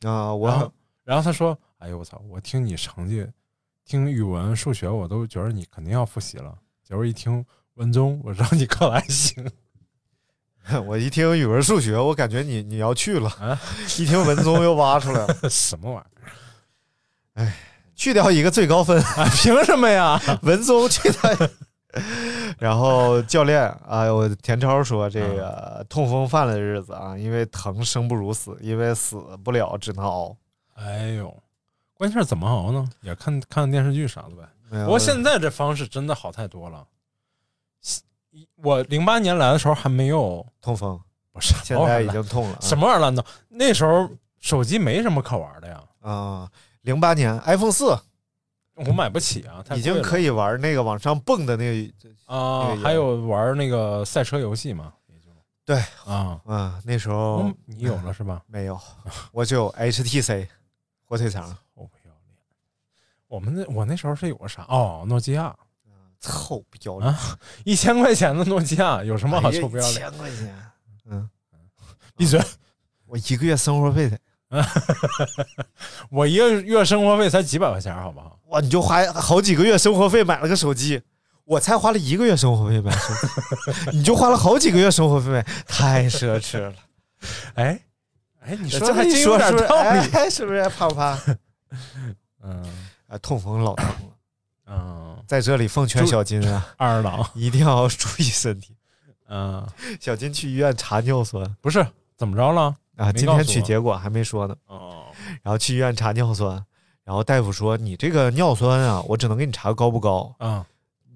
啊，
然
我
后然后他说，哎呦我操，我听你成绩，听语文、数学我都觉得你肯定要复习了，结果一听文综，我让你考还行，
我一听语文、数学，我感觉你你要去了
啊，
一听文综又挖出来了，
什么玩意儿？
去掉一个最 高分，
啊凭什么呀？
文综 去掉一个。然后教练啊，我田超说这
啊
个痛风犯了的日子啊，因为疼生不如死，因为死不了只能熬。
哎呦，关键是怎么熬呢？也看看电视剧啥的呗。
没有
不过现在这方式真的好太多了。一我零八年来的时候还没有
痛风
不是，
现在已经痛了啊
什么玩意儿烂的？那时候手机没什么可玩的呀。
啊，零八年 iPhone 四
我买不起啊，太贵了
已经可以玩那个往上蹦的那个
啊
那个游。戏
还有玩那个赛车游戏嘛？
对
啊
啊，那时候、
嗯你有了是 吧？
没有，我就有 HTC 火腿肠，
哦我们那我那时候是有个啥？哦，诺基亚
臭不要脸
啊，一千块钱的诺基亚有什么好
哎呀
臭不要脸
1000？块钱，
嗯
嗯
闭嘴！
我一个月生活费才，
我一个月生活费才几百块钱，好不好？
哇，你就花好几个月生活费买了个手机。我才花了一个月生活费买手机， 你就花了好几个月生活费买，太奢侈了。
哎，哎，你说
这
还
么一
真有
说
点
是不是
道理。
哎，是不是怕不怕？
嗯，
啊，痛风老痛了。
嗯，
在这里奉劝小金啊，
二郎
一定要注意身体。
嗯，
小金去医院查尿酸
不是怎么着了
啊，
没
今
告
天
诉
取
我
结果还没说呢。
哦，
然后去医院查尿酸，然后大夫说你这个尿酸啊，我只能给你查高不高，
啊，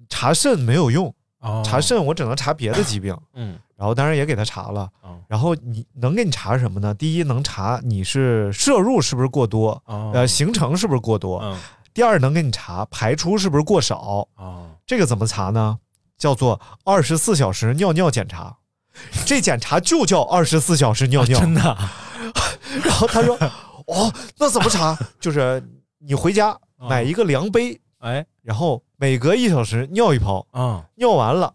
查肾没有用，
哦
查肾我只能查别的疾病。
嗯，
然后当然也给他查了
哦，
然后你能给你查什么呢？第一能查你是摄入是不是过多，
哦
呃，行程是不是过多。
嗯
第二能给你查排出是不是过少，
哦，
这个怎么查呢？叫做二十四小时尿尿检查，这检查就叫二十四小时尿尿，
真的啊。
然后他说：“哦，那怎么查？就是你回家
哦
买一个量杯，
哎，
然后每隔一小时尿一泡，
啊
尿完了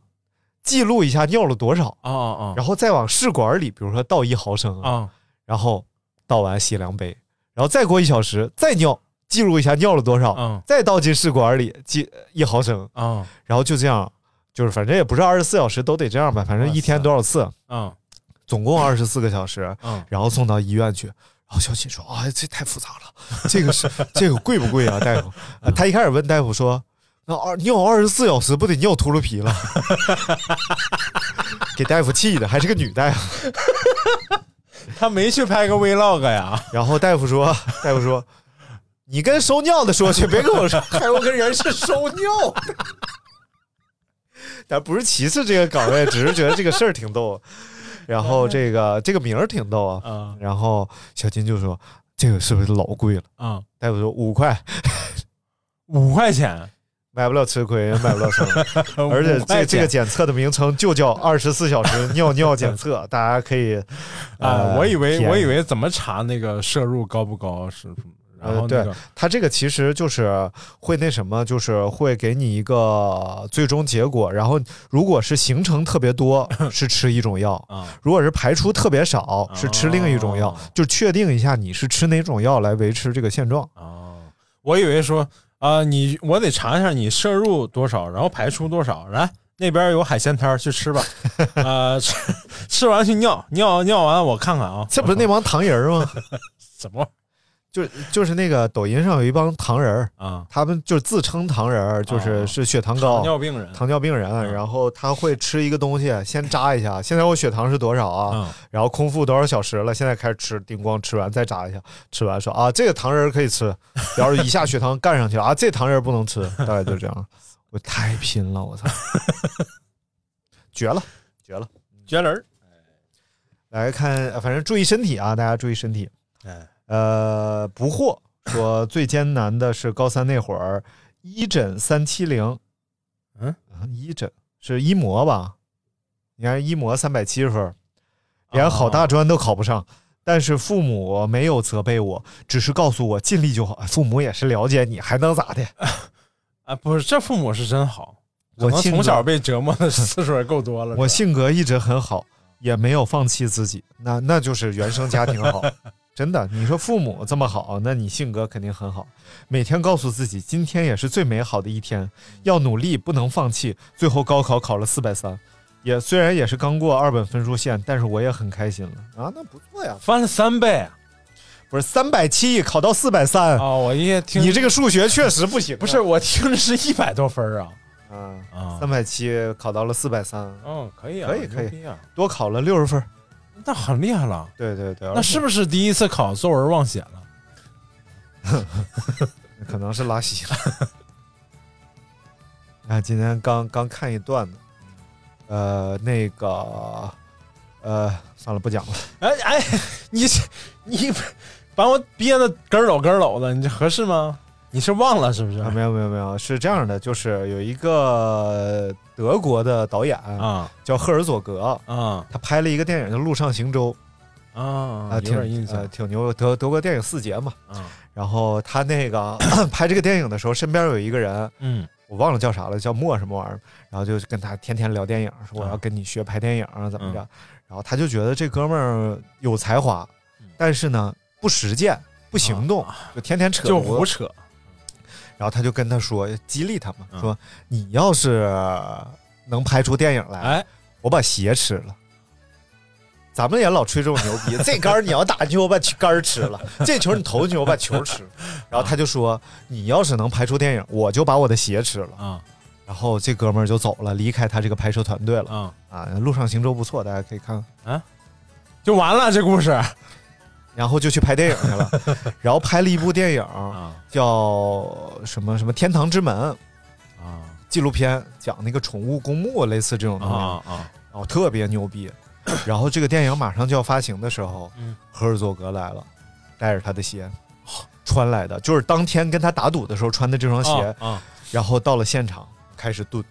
记录一下尿了多少，
啊啊，
然后再往试管里，比如说倒一毫升
啊，
然后倒完洗量杯，然后再过一小时再尿，记录一下尿了多少，
嗯
再倒进试管里记一毫升，
啊
然后就这样，就是反正也不是二十四小时都得这样吧，反正一天多少次，
啊
总共二十四个小时，啊
嗯
然后送到医院去。然后小秦说：“啊、这太复杂了， 这个是这个贵不贵啊，大夫？”啊他一开始问大夫说：“那二尿二十四小时不得尿秃噜皮了？” 给大夫气的，还是个女大夫。
他没去拍个 vlog 呀？
然后大夫说：“ 大夫说，你跟收尿的说去，别跟我说，还我跟人是收尿的。” 但不是歧视这个岗位，只是觉得这个事儿挺逗，啊然后这个这个名儿挺逗啊。
啊
然后小金就说：“这个是不是老贵了
啊，？”
大夫说：“五块，
五块钱，
买不了吃亏，也买不了上 当。而且
五块
这
钱
这个检测的名称就叫二十四 小时尿尿检测，大家可以
啊，
呃
我以为
体验
我
一
以
下
为怎么查那个摄入高不高是什么，然后那
呃、
个
对它这个其实就是会那什么，就是会给你一个最终结果。然后如果是行程特别多， 是吃一种药；
啊
如果是排出特别
哦
少，是吃另一种药。就确定一下你是吃哪种药来维持这个 现状。
哦，我以为说啊，你我得查一下你摄入多少，然后排出多少，来。那边有海鲜摊儿，去吃 吧。呃，吃吃完去尿尿尿完，我看看 啊。
这不是那帮糖人儿吗？
什么
就就是那个抖音上有一帮糖人儿，
啊？
他们就自称糖人儿，就是是血糖
哦
高、
糖尿病嗯人
糖尿病人，然后他会吃一个东西，先扎一下，现在我血糖是多少啊？
啊
然后空腹多少小时了？现在开始吃，叮咣吃完再扎一下，吃完说啊，这个糖人儿可以吃，然后一下血糖干上去了啊，这糖人儿不能吃，大概就这样。我太拼了，我操，绝了，绝了！
绝人儿。
来看，呃反正注意身体啊，大家注意身体。
哎，
呃，不惑 说最艰难的是高三那会儿，一诊三七零，
嗯
啊，一诊是一模吧？你看一模三百七十分，
啊
连好大专都考不上。但是父母没有责备我，只是告诉我尽力就好。哎父母也是了解你，还能咋的？
啊，不是，这父母是真好，可
我
能
性
从小
格
被折磨的 次数也够多了。
我
是吧
性格一直很好，也没有放弃自己。那那就是原生家庭 好，真的。你说父母这么好，那你性格肯定很好。每天告诉自己，今天也是最美好的一天，要努力，不能放弃。最后高考考了四百三，也虽然也是刚过二本分数线，但是我也很开心了啊。那不错呀，
翻了三倍 啊！
不是三百七考到四百三，
啊我一听
你这个数学确实不行啊。
不是我听着是一百多分儿啊
啊，
啊！
三百七考到了四百三，
嗯，可以啊，
可以可以
牛逼啊，
多考了六十分。
那很厉害了。
对对对，
那是不是第一次考作文忘写了？
可能是拉稀了。 啊，今天刚刚看一段子，呃，那个呃，算了，不讲了。
哎哎， 你你把我憋得咯咯咯咯的，你这合适吗？你是忘了是不是？
啊，没有没有没有，是这样的，就是有一个德国的导演啊，叫赫尔佐格
啊，
他拍了一个电影叫《陆上行舟》
啊，
啊，
有点印
挺
象
呃挺牛，德德国电影四杰嘛。
啊，
然后他那个 拍这个电影的时候，身边有一个人，
嗯，
我忘了叫啥了，叫莫什么玩意儿，然后就跟他天天聊电影，说我要跟你学拍电影啊怎么着，然后他就觉得这哥们儿有才华，但是呢不实践不行动，就天天扯
啊就
犊子
胡扯。
然后他就跟他说，激励他嘛，说你要是能拍出电影来，
哎
我把鞋吃了。咱们也老吹这种牛逼，这杆儿你要打球，我把杆儿吃了；这球你投进去，我把球吃了。然后他就说，你要是能拍出电影，我就把我的鞋吃了。
啊，
然后这哥们儿就走了，离开他这个拍摄团队了。
啊
路上行舟不错，大家可以看看。
啊，就完了这故事。
然后就去拍电影去了，然后拍了一部电影，叫什么什么《天堂之门》
啊，
纪录片讲那个宠物公墓类似这种东西
啊啊，
然后特别牛逼。然后这个电影马上就要发行的时候，赫尔佐格来了，带着他的鞋穿来的，就是当天跟他打赌的时候穿的这双鞋，
啊啊
然后到了现场开始炖，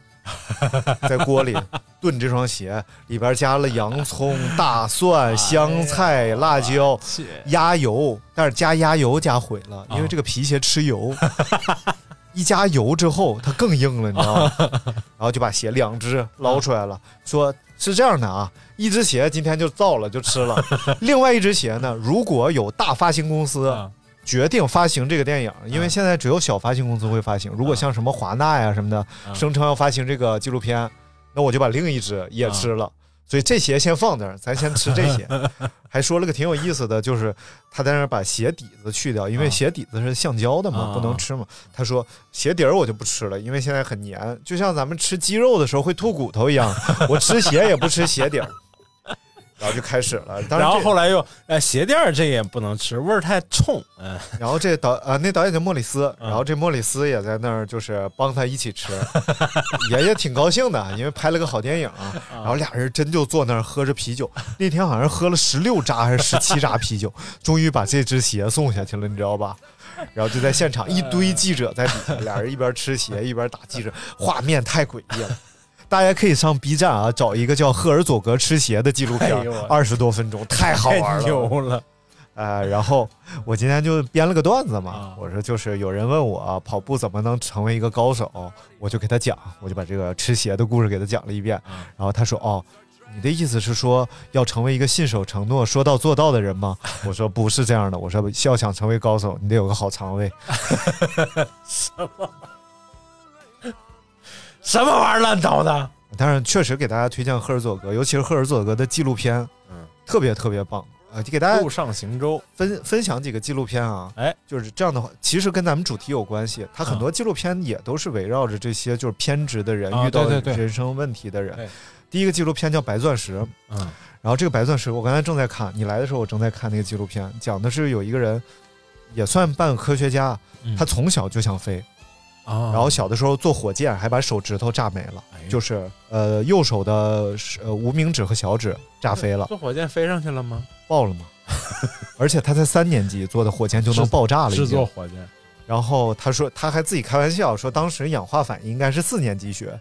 在锅里炖这双鞋，里边加了洋葱、大蒜、香菜、辣椒、鸭油，但是加鸭油加毁了，因为这个皮鞋吃油，一加油之后它更硬了，你知道吗？然后就把鞋两只捞出来了，说是这样的啊，一只鞋今天就造了就吃了，另外一只鞋呢，如果有大发行公司。
啊
决定发行这个电影，因为现在只有小发行公司会发行。如果像什么华纳呀什么的，
嗯
声称要发行这个纪录片，那我就把另一只也吃了。所以这鞋先放那儿，咱先吃这鞋。还说了个挺有意思的，就是他在那儿把鞋底子去掉，因为鞋底子是橡胶的嘛，
啊
不能吃嘛。他说鞋底儿我就不吃了，因为现在很黏，就像咱们吃鸡肉的时候会吐骨头一样，我吃鞋也不吃鞋底儿。 然后就开始了，当
然后
这
后来又哎鞋垫儿这也不能吃，味儿太冲。嗯，
然后这导啊、那导演叫莫里斯，然后这莫里斯也在那儿，就是帮他一起吃， 也也挺高兴的，因为拍了个好电影。啊
嗯
然后俩人真就坐那儿喝着啤酒，那天好像喝了十六扎还是十七扎啤酒，终于把这只鞋送下去了，你知道吧？然后就在现场一堆记者在底下，俩人一边吃鞋一边打记者，画面太诡异了。大家可以上 B 站啊，找一个叫《赫尔佐格吃鞋》的纪录片
哎呦我，
二十、多分钟，太好玩了，
太牛了。
呃，然后我今天就编了个段子嘛，我说就是有人问我、啊跑步怎么能成为一个高手，我就给他讲，我就把这个吃鞋的故事给他讲了一遍，然后他说哦。你的意思是说要成为一个信守承诺、说到做到的人吗？我说不是这样的，我说要想成为高手，你得有个好肠胃。
什么什么玩意儿乱糟的？
当然，确实给大家推荐赫尔佐格，尤其是赫尔佐格的纪录片，
嗯，
特别特别棒。啊，就给大家
路上行舟
分分享几个纪录片啊，
哎，嗯
就是这样的话，其实跟咱们主题有关系。它很多纪录片也都是围绕着这些就是偏执的人、
啊
遇到
对对对
人生问题的人。
对
第一个纪录片叫《白钻石》，
嗯，
然后这个《白钻石》，我刚才正在看，你来的时候我正在看那个纪录片，讲的是有一个人也算半科学家，他从小就想飞，
嗯啊，哎
然后小的时候做火箭还把手指头炸没了，就是呃右手的呃无名指和小指炸飞了，
坐火箭飞上去了吗？
爆了吗？ 而且他才三年级做的火箭就能爆炸了，
制
已
作
经。
火箭
然后他说，他还自己开玩笑说，当时氧化反应应该是四年 级学，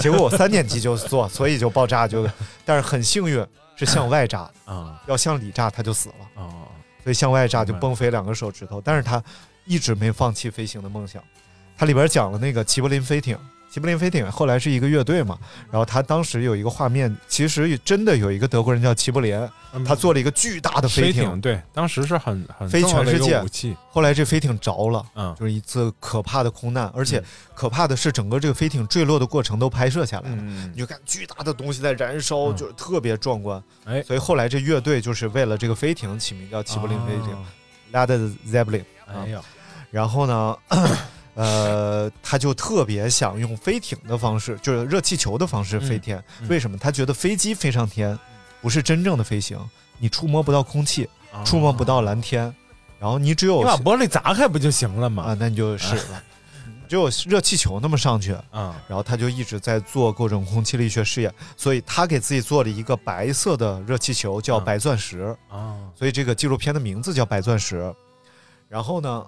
结果我三年级就做，所以就爆炸就，但是很幸运是向外炸，
啊
要向里炸他就死了，
啊
所以向外炸就崩飞两个手指头，但是他一直没放弃飞行的梦想。它里边讲了那个齐柏林飞艇，齐柏林飞艇后来是一个乐队嘛，然后他当时有一个画面，其实真的有一个德国人叫齐柏林，他做了一个巨大的
嗯飞
艇，
对，当时是很很
飞
重要
全
的一
世
个
界
武器。
后来这飞艇着了，
嗯，
就是一次可怕的空难，而且可怕的是整个这个飞艇坠落的过程都拍摄下来
嗯
了，你嗯就看巨大的东西在燃烧，就是特别壮观。
哎，
所以后来这乐队就是为了这个飞艇起名叫齐柏林飞艇
啊
l a d Zeppelin）。
哎呀，
然后呢， 呃，他就特别想用飞艇的方式，就是热气球的方式飞天。
嗯嗯嗯
为什么？他觉得飞机飞上天不是真正的飞行，你触摸不到空气，
啊
嗯触摸不到蓝天，然后你只
哦
有
你把玻璃砸开不就行了吗？
啊，那你就是了。只有热气球那么上去，
嗯，
然后他就一直在做各种空气力学试验，所以他给自己做了一个白色的热气球，叫白钻石，
啊，
所以这个纪录片的名字叫白钻石。然后呢，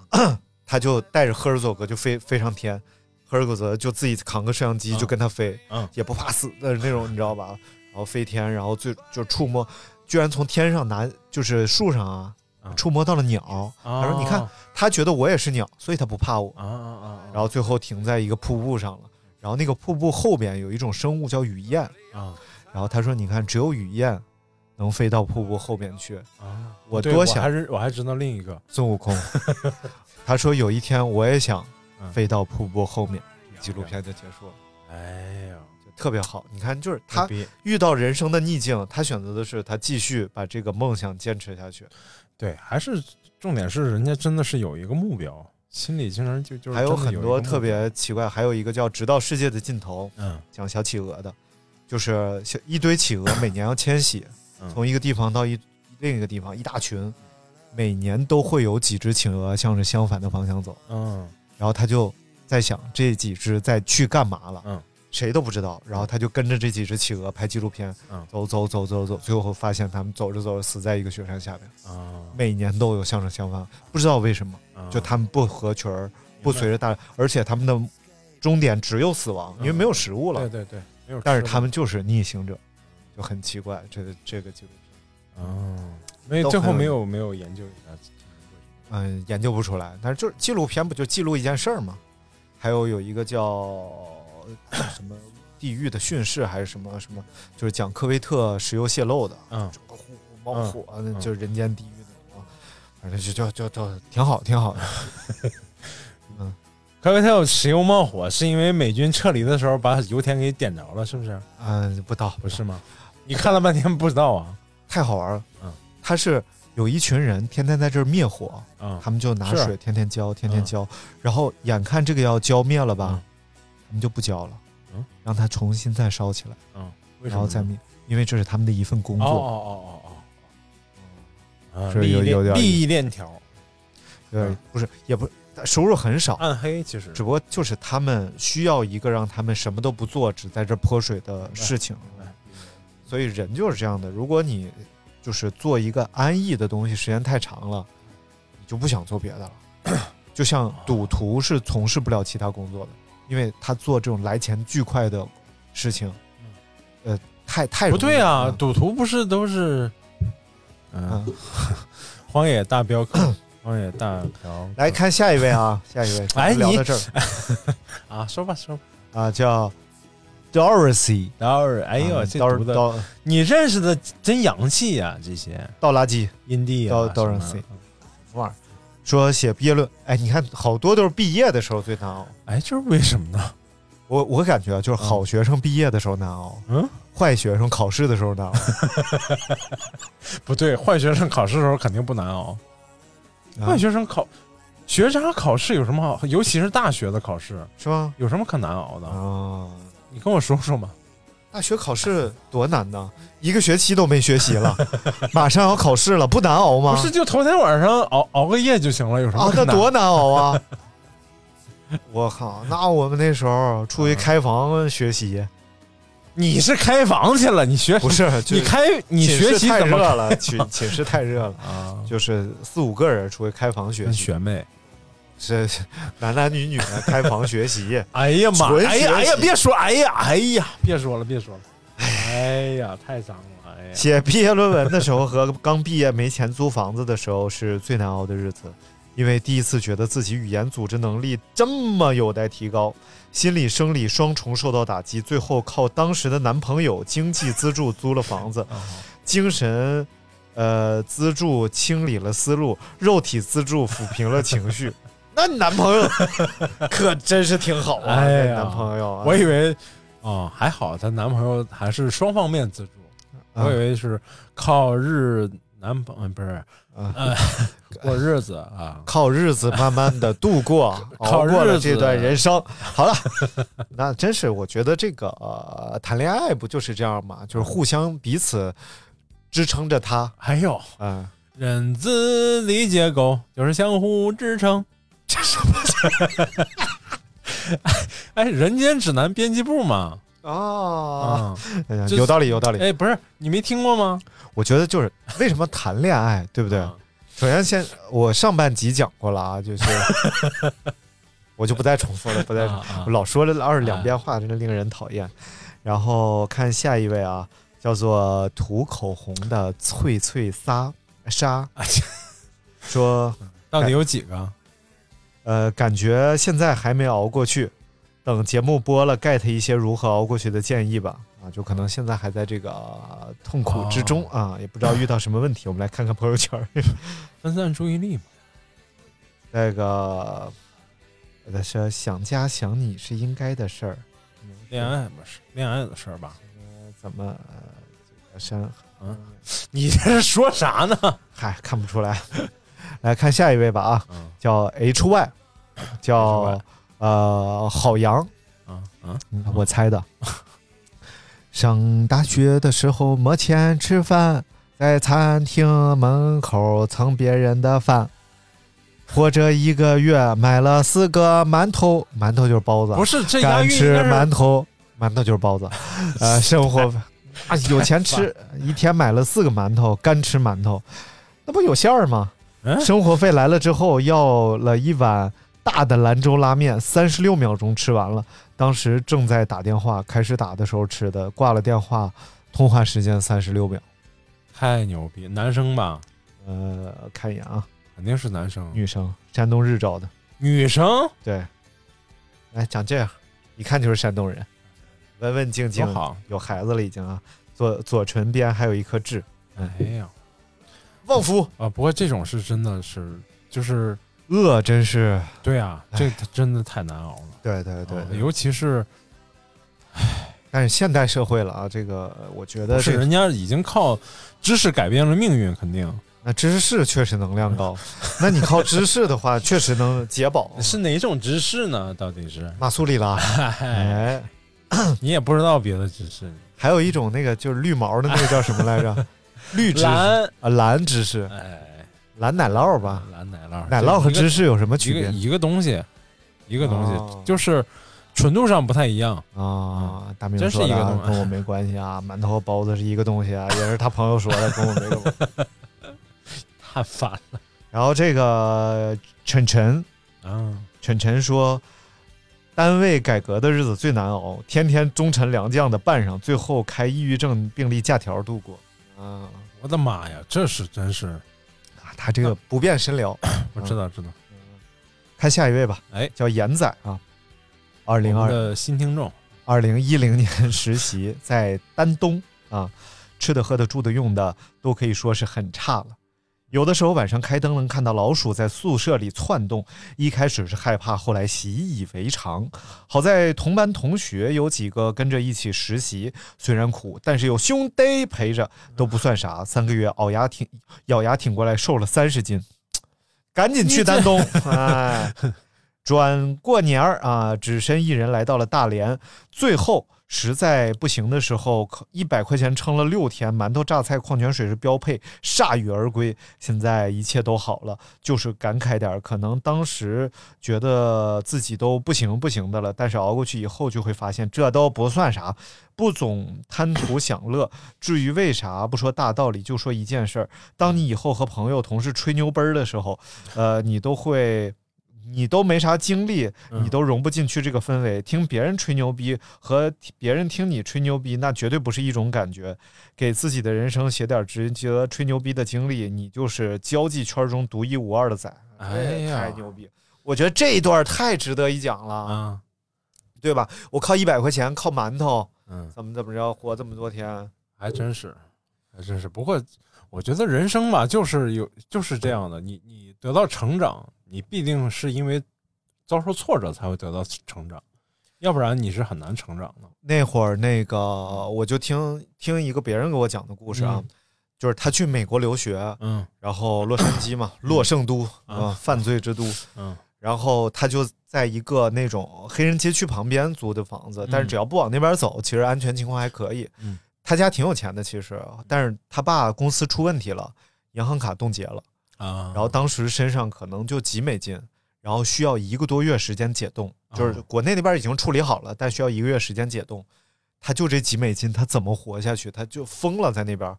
他就带着赫尔佐格就飞飞上天，赫尔佐格就自己扛个摄像机就跟他飞，
嗯，
也不怕死的那种，你知道吧？然后飞天，然后最就触摸，居然从天上拿就是树上啊，触摸到了鸟。他说：“你看，他觉得我也是鸟，所以他不怕我。”
哦啊啊啊！
然后最后停在一个瀑布上了，然后那个瀑布后边有一种生物叫雨燕。
啊，
然后他说：“你看，只有雨燕能飞到瀑布后边去。”
啊，
我
对
多想
还是我还知道另一个
孙 悟空，他说有一天我也想飞到瀑布后面。
嗯
纪录片就结束了。
哎呀，
就特别好。你看，就是他
牛逼
遇到人生的逆境，他选择的是他继续把这个梦想坚持下去。
对，还是重点是人家真的是有一个目标，心里经常就就是
还有
真的
很
一个
多
目
特
标
别奇怪，还有一个叫《直到世界的尽头》，
嗯，
讲小企鹅的，就是小一堆企鹅每年要迁徙，
嗯
从一个地方到一另一个地方，一大群，每年都会有几只企鹅向着相反的方向走，
嗯，
然后他就在想这几只在去干嘛了，
嗯，
谁都不知道，然后他就跟着这几只企鹅拍纪录片，
嗯，
走走走走走，最后发现他们走着走着死在一个雪山下边，
啊，
每年都有向着相反，不知道为什么，
嗯
就他们不合群儿，不随着大，而且他们的终点只有死亡，因为没有食物
嗯
了。
对对对，没有吃的。
但是他们就是逆行者，就很奇怪。这个这个纪录片，
嗯，没最后没有没有研究一下，
嗯，研究不出来。但是就是纪录片不就记录一件事儿吗？还有有一个叫 什么地狱的训示还是什么什么，就是讲科威特石油泄漏的，
嗯，
呼呼冒火，那就是人间地狱那种，反正就就就就挺好挺好的。嗯，
科威特石油冒火是因为美军撤离的时候把油田给点着了，是不是？
嗯，不知道，
不是吗？你看了半天不知道啊？
太好玩了。
嗯，
他是有一群人天天在这儿灭火，
嗯
他们就拿
是嗯
水天天浇，天天浇，然后眼看这个要浇灭了吧，他们就不浇了，
嗯，
让它重新再烧起来，
嗯，为什
然
么
后
呢？
再灭，因为这是他们的一份工
哦
作，
哦哦哦哦，啊，
是
利益
有
链
有点
利益链条，嗯
对，不是也不收入很少，
暗黑其实，
只不过就是他们需要一个让他们什么都不做，只在这泼水的事情。
哎嗯
所以人就是这样的，如果你就是做一个安逸的东西时间太长了，你就不想做别 的了。就像赌徒是从事不了其他工作的，因为他做这种来钱巨快的事情，呃，太太
嗯不对
啊，
啊，赌徒不是都是，嗯，荒野大镖客， 荒野大镖客
来看下一位啊，下一位，咱
哎，
们聊
你
到这儿
啊，说吧说吧。
啊，叫 Dorothy，
Dor，哎呦，
啊
这
，Dor-
读的
Dor-
你认识的真洋气呀，这些
倒垃圾，
印地
倒
啊，
倒人
什
C，
么
什么玩意儿？说写毕业论，哎，你看好多都是毕业的时候最难熬，
哎，这是为什么呢？
我我感觉啊就是好学生毕业的时候难熬，
嗯，
坏学生考试的时候难熬，
不对，坏学生考试的时候肯定不难熬。 坏
啊
学生考学渣考试有什么好？尤其是大学的考试，
是吗？
有什么可难熬的
啊？
你跟我说说嘛。
大学考试多难呢，一个学期都没学习了， 马上要考试了，不难熬吗？
不是，就头天晚上熬熬个夜就行了，有什么
啊，
可
那
难
多难 熬啊！我靠，那我们那时候出去开房学习，
你是开房去了？你学
不是？就是
你开你
寝
学
室
习
太
怎么
热了，
去
寝寝室太热了
啊！
就是四五个人出去开房学
跟
习，
学妹。
是是男男女女的开房学习
哎呀妈！
纯学
哎
习
呀哎呀，别说！哎呀哎呀，别说了别说了！哎呀，太脏了！哎呀，
写毕业论文的时候和刚毕业没钱租房子的时候是最难熬的日子，因为第一次觉得自己语言组织能力这么有待提高，心理生理双重受到打击，最后靠当时的男朋友经济资助租了房子，
嗯
精神呃资助清理了思路，肉体资助抚平了情绪。 那你男朋友 可真是挺好啊！
哎呀，
男朋友啊，
我以为哦还好，她男朋友还是双方面资助，
啊
我以为是靠日男朋不是 呃过日子啊，
靠日子慢慢的度过，
靠
熬过了
日子
这段人生。好了， 那真是我觉得这个、呃、谈恋爱不就是这样嘛，就是互相彼此支撑着他。
哎呦，
嗯，
人 字理解狗就是相互支撑，这什么？哎，人间指南编辑部嘛，
啊，哎呀
嗯就
有道理有道理
哎，不是你没听过吗？
我觉得就是为什么谈恋 爱，对不对？
嗯
首先先我上半集讲过了啊，就是 我就不再重复了，不再
啊
重复，我老说了二两边话，真的令人讨厌。然后看下一位啊，叫做涂口红的翠翠撒沙，说
到底有几个？
呃，感觉现在还没熬过去，等节目播了，get 一些如何熬过去的建议吧。啊，就可能现在还在这个呃痛苦之中、啊，也不知道遇到什么问题。我们来看看朋友圈儿，
分散注意力嘛。
那个，他说想家想你是应该的事儿，
恋爱嘛是恋爱的事儿吧？
怎么删？
嗯，你这是说啥呢？
嗨，看不出来。 来看下一位吧啊，叫 H Y，叫呃郝阳，嗯
啊啊，
我猜的。上大学的时候没钱吃饭，在餐厅门口蹭别人的饭，活着一个月买了四个馒头，馒头就是包子，
啊
啊
不是这押
敢
韵
吃
应该是
馒头，馒头就是包子，呃，生活啊有钱吃，一天买了四个馒头，干吃馒头，那不有馅儿吗？
嗯
生活费来了之后，要了一碗大的兰州拉面，三十六秒钟吃完了。当时正在打电话，开始打的时候吃的，挂了电话，通话时间三十六秒。
太牛逼，男生吧？
呃，看一眼啊，
肯定是男生，
女生，山东日照的
女生，
对，哎，长这样，一看就是山东人，文文静静，
多好，
有孩子了已经啊，左左唇边还有一颗痣，
哎呀，
旺夫
啊！不过这种是真的是就是
饿，真是
对啊，这真的太难熬了。
对对对
啊
对
尤其是
但是现代社会了啊，这个呃我觉得
不是
这
人家已经靠知识改变了命运，肯定。
那知识确实能量 高，那你靠知识的话，确实能解饱。
是哪种知识呢？到底是？
马苏里拉，
哎，你也不知道别的知识，
还有一种那个就是绿毛的那个叫什么 来着？绿芝士
蓝嗯哎
啊，蓝芝士，蓝奶酪吧？
蓝奶酪
奶酪和芝士有什么
嗯一
区别啊
个一个东西，一个东
哦
西，就是纯度上不太一样
啊。大明
嗯真是
说
一
的
个
啊
东
跟我
西，
没关系啊，馒头和包子是一个东西啊，也是他朋友说的，跟我没关系。
太烦了。
然后这个晨晨，
啊，
晨晨说，单位改革的日子最难熬，天天忠臣良将的办上，最后开抑郁症病例假条度过。啊，
我的妈呀，这是真是，
他这个不便深聊，
我知道知道。
看下一位吧。
哎，
叫严仔啊，二零
我
二
们的新听众，
二零一零年实习在丹东啊，吃的、喝的、住的、用的都可以说是很差了。有的时候晚上开灯能看到老鼠在宿舍里窜动，一开始是害怕，后来习以为常。好在同班同学有几个跟着一起实习，虽然苦，但是有兄弟陪着都不算啥。三个月咬牙挺咬牙挺过来，瘦了三十斤，赶紧去丹东。哎，转过年儿啊，只身一人来到了大连。最后实在不行的时候，一百块钱撑了六天，馒头、榨菜、矿泉水是标配，铩羽而归。现在一切都好了，就是感慨点儿，可能当时觉得自己都不行不行的了，但是熬过去以后就会发现这都不算啥，不总贪图享乐。至于为啥不说大道理，就说一件事儿：当你以后和朋友、同事吹牛奔儿的时候，呃，你都会。你都没啥经历，
嗯
你都融不进去这个氛围。听别人吹牛逼和听别人听你吹牛逼，那绝对不是一种感觉。给自己的人生写点值得吹牛逼的经历，你就是交际圈中独一无二的仔。
哎呀，
太牛逼！我觉得这一段太值得一讲了，
啊，
对吧？我靠一百块钱，靠馒头，
嗯，
怎么怎么着活这么多天，
还真是，还真是。不过，我觉得人生吧，就是有就是这样的。你你得到成长，你必定是因为遭受挫折才会得到成长，要不然你是很难成长的。
那会儿那个我就听听一个别人给我讲的故事啊，
嗯
就是他去美国留学，
嗯，
然后洛杉矶 嘛，洛圣都啊、犯罪之都，
嗯，
然后他就在一个那种黑人街区旁边租的房子，但是只要不往那边走，其实安全情况还可以。
嗯，
他家挺有钱的，其实，但是他爸公司出问题了，银行卡冻结了。
啊，
然后当时身上可能就几美金，然后需要一个多月时间解冻，就是
啊
国内那边已经处理好了，但需要一个月时间解冻。他就这几美金，他怎么活下去？他就疯了，在那边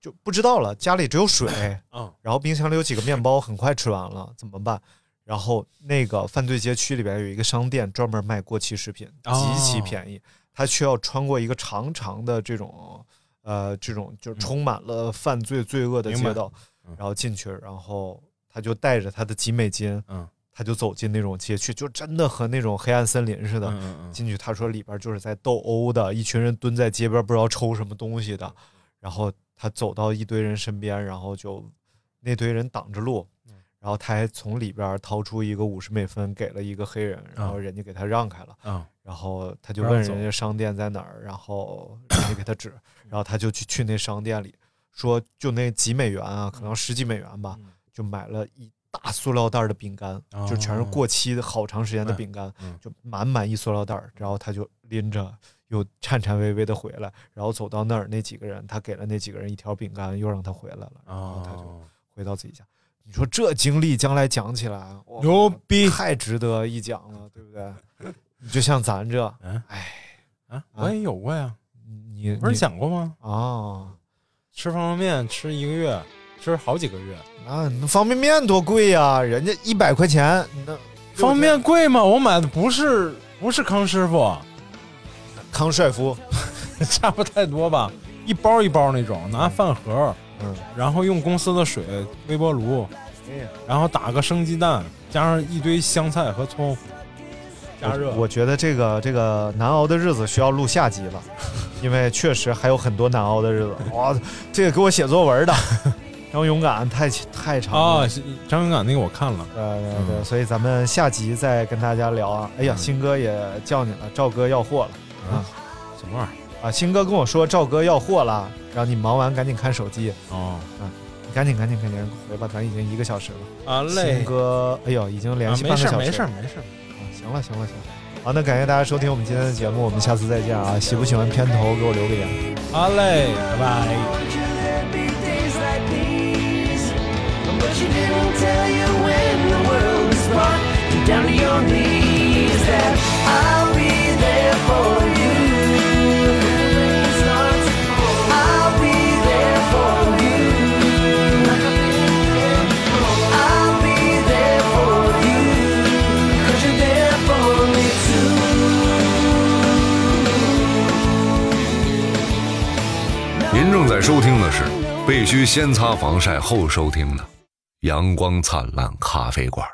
就不知道了。家里只有水，
嗯，
然后冰箱里有几个面包，很快吃完了，怎么办？然后那个犯罪街区里边有一个商店专门卖过期食品，极其
哦
便宜。他需要穿过一个长长的这种呃这种就是充满了犯罪罪恶的
明白嗯
街道，然后进去，然后他就带着他的几美金，
嗯，
他就走进那种街区，就真的和那种黑暗森林似的。
嗯
进去，他说里边就是在斗殴的，一群人蹲在街边不知道抽什么东西的，然后他走到一堆人身边，然后就那堆人挡着路。
嗯
然后他还从里边掏出一个五十美分给了一个黑人，然后人家给他让开了，
嗯
然后他就
啊不让
问
走
人家商店在哪儿，然后人家给他指，然后他就去去那商店里说，就那几美元啊，可能十几美元
嗯
吧，就买了一大塑料袋的饼干，
哦
就全是过期的好长时间的饼干，
嗯嗯
就满满一塑料袋儿，然后他就拎着。又颤颤巍巍的回来，然后走到那儿，那几个人，他给了那几个人一条饼干，又让他回来了，然后他
哦
就回到自己家。你说这经历将来讲起来，哇
牛逼
太值得一讲了，对不对？你就像咱这，哎，
啊，我也有过呀，
你
不是讲过吗？
啊，
吃方便面吃一个月，吃好几个月，
啊，那方便面多贵呀、人家一百块钱，那
方便面贵吗？我买的不是不是康师傅，
康帅傅，
差不太多吧，一包一包那种，拿饭盒，
嗯，
然后用公司的水微波炉，然后打个生鸡蛋，加上一堆香菜和葱，加热
我我觉得这个这个难熬的日子需要录下集了，因为确实还有很多难熬的日子。哇，这个给我写作文的张勇敢太太长了
啊，是张勇敢那个我看了，
对对对，
嗯
所以咱们下集再跟大家聊啊。哎呀，新哥也叫你了，赵哥要货了啊！
什么玩意
啊，新哥跟我说赵哥要货了，让你忙完赶紧看手机
儿？哦，
啊！你赶紧赶紧赶紧回吧，咱已经一个小时了
啊嘞
新哥，哎呦，已经
啊
连续
没
半个
事儿
小时，
没事儿没事儿。
行了行了行了，好，那感谢大家收听我们今天的节目，我们下次再见啊！喜不喜欢片头给我留个言。
好嘞，拜拜。
days like these. But she didn't tell you when the world was brought you down to your knees that I'll be there for you. I'll be there for you. I'll be there for you. Cause you're there for me too.
您正在收听的是必须先擦防晒后收听的《阳光灿烂咖啡馆》。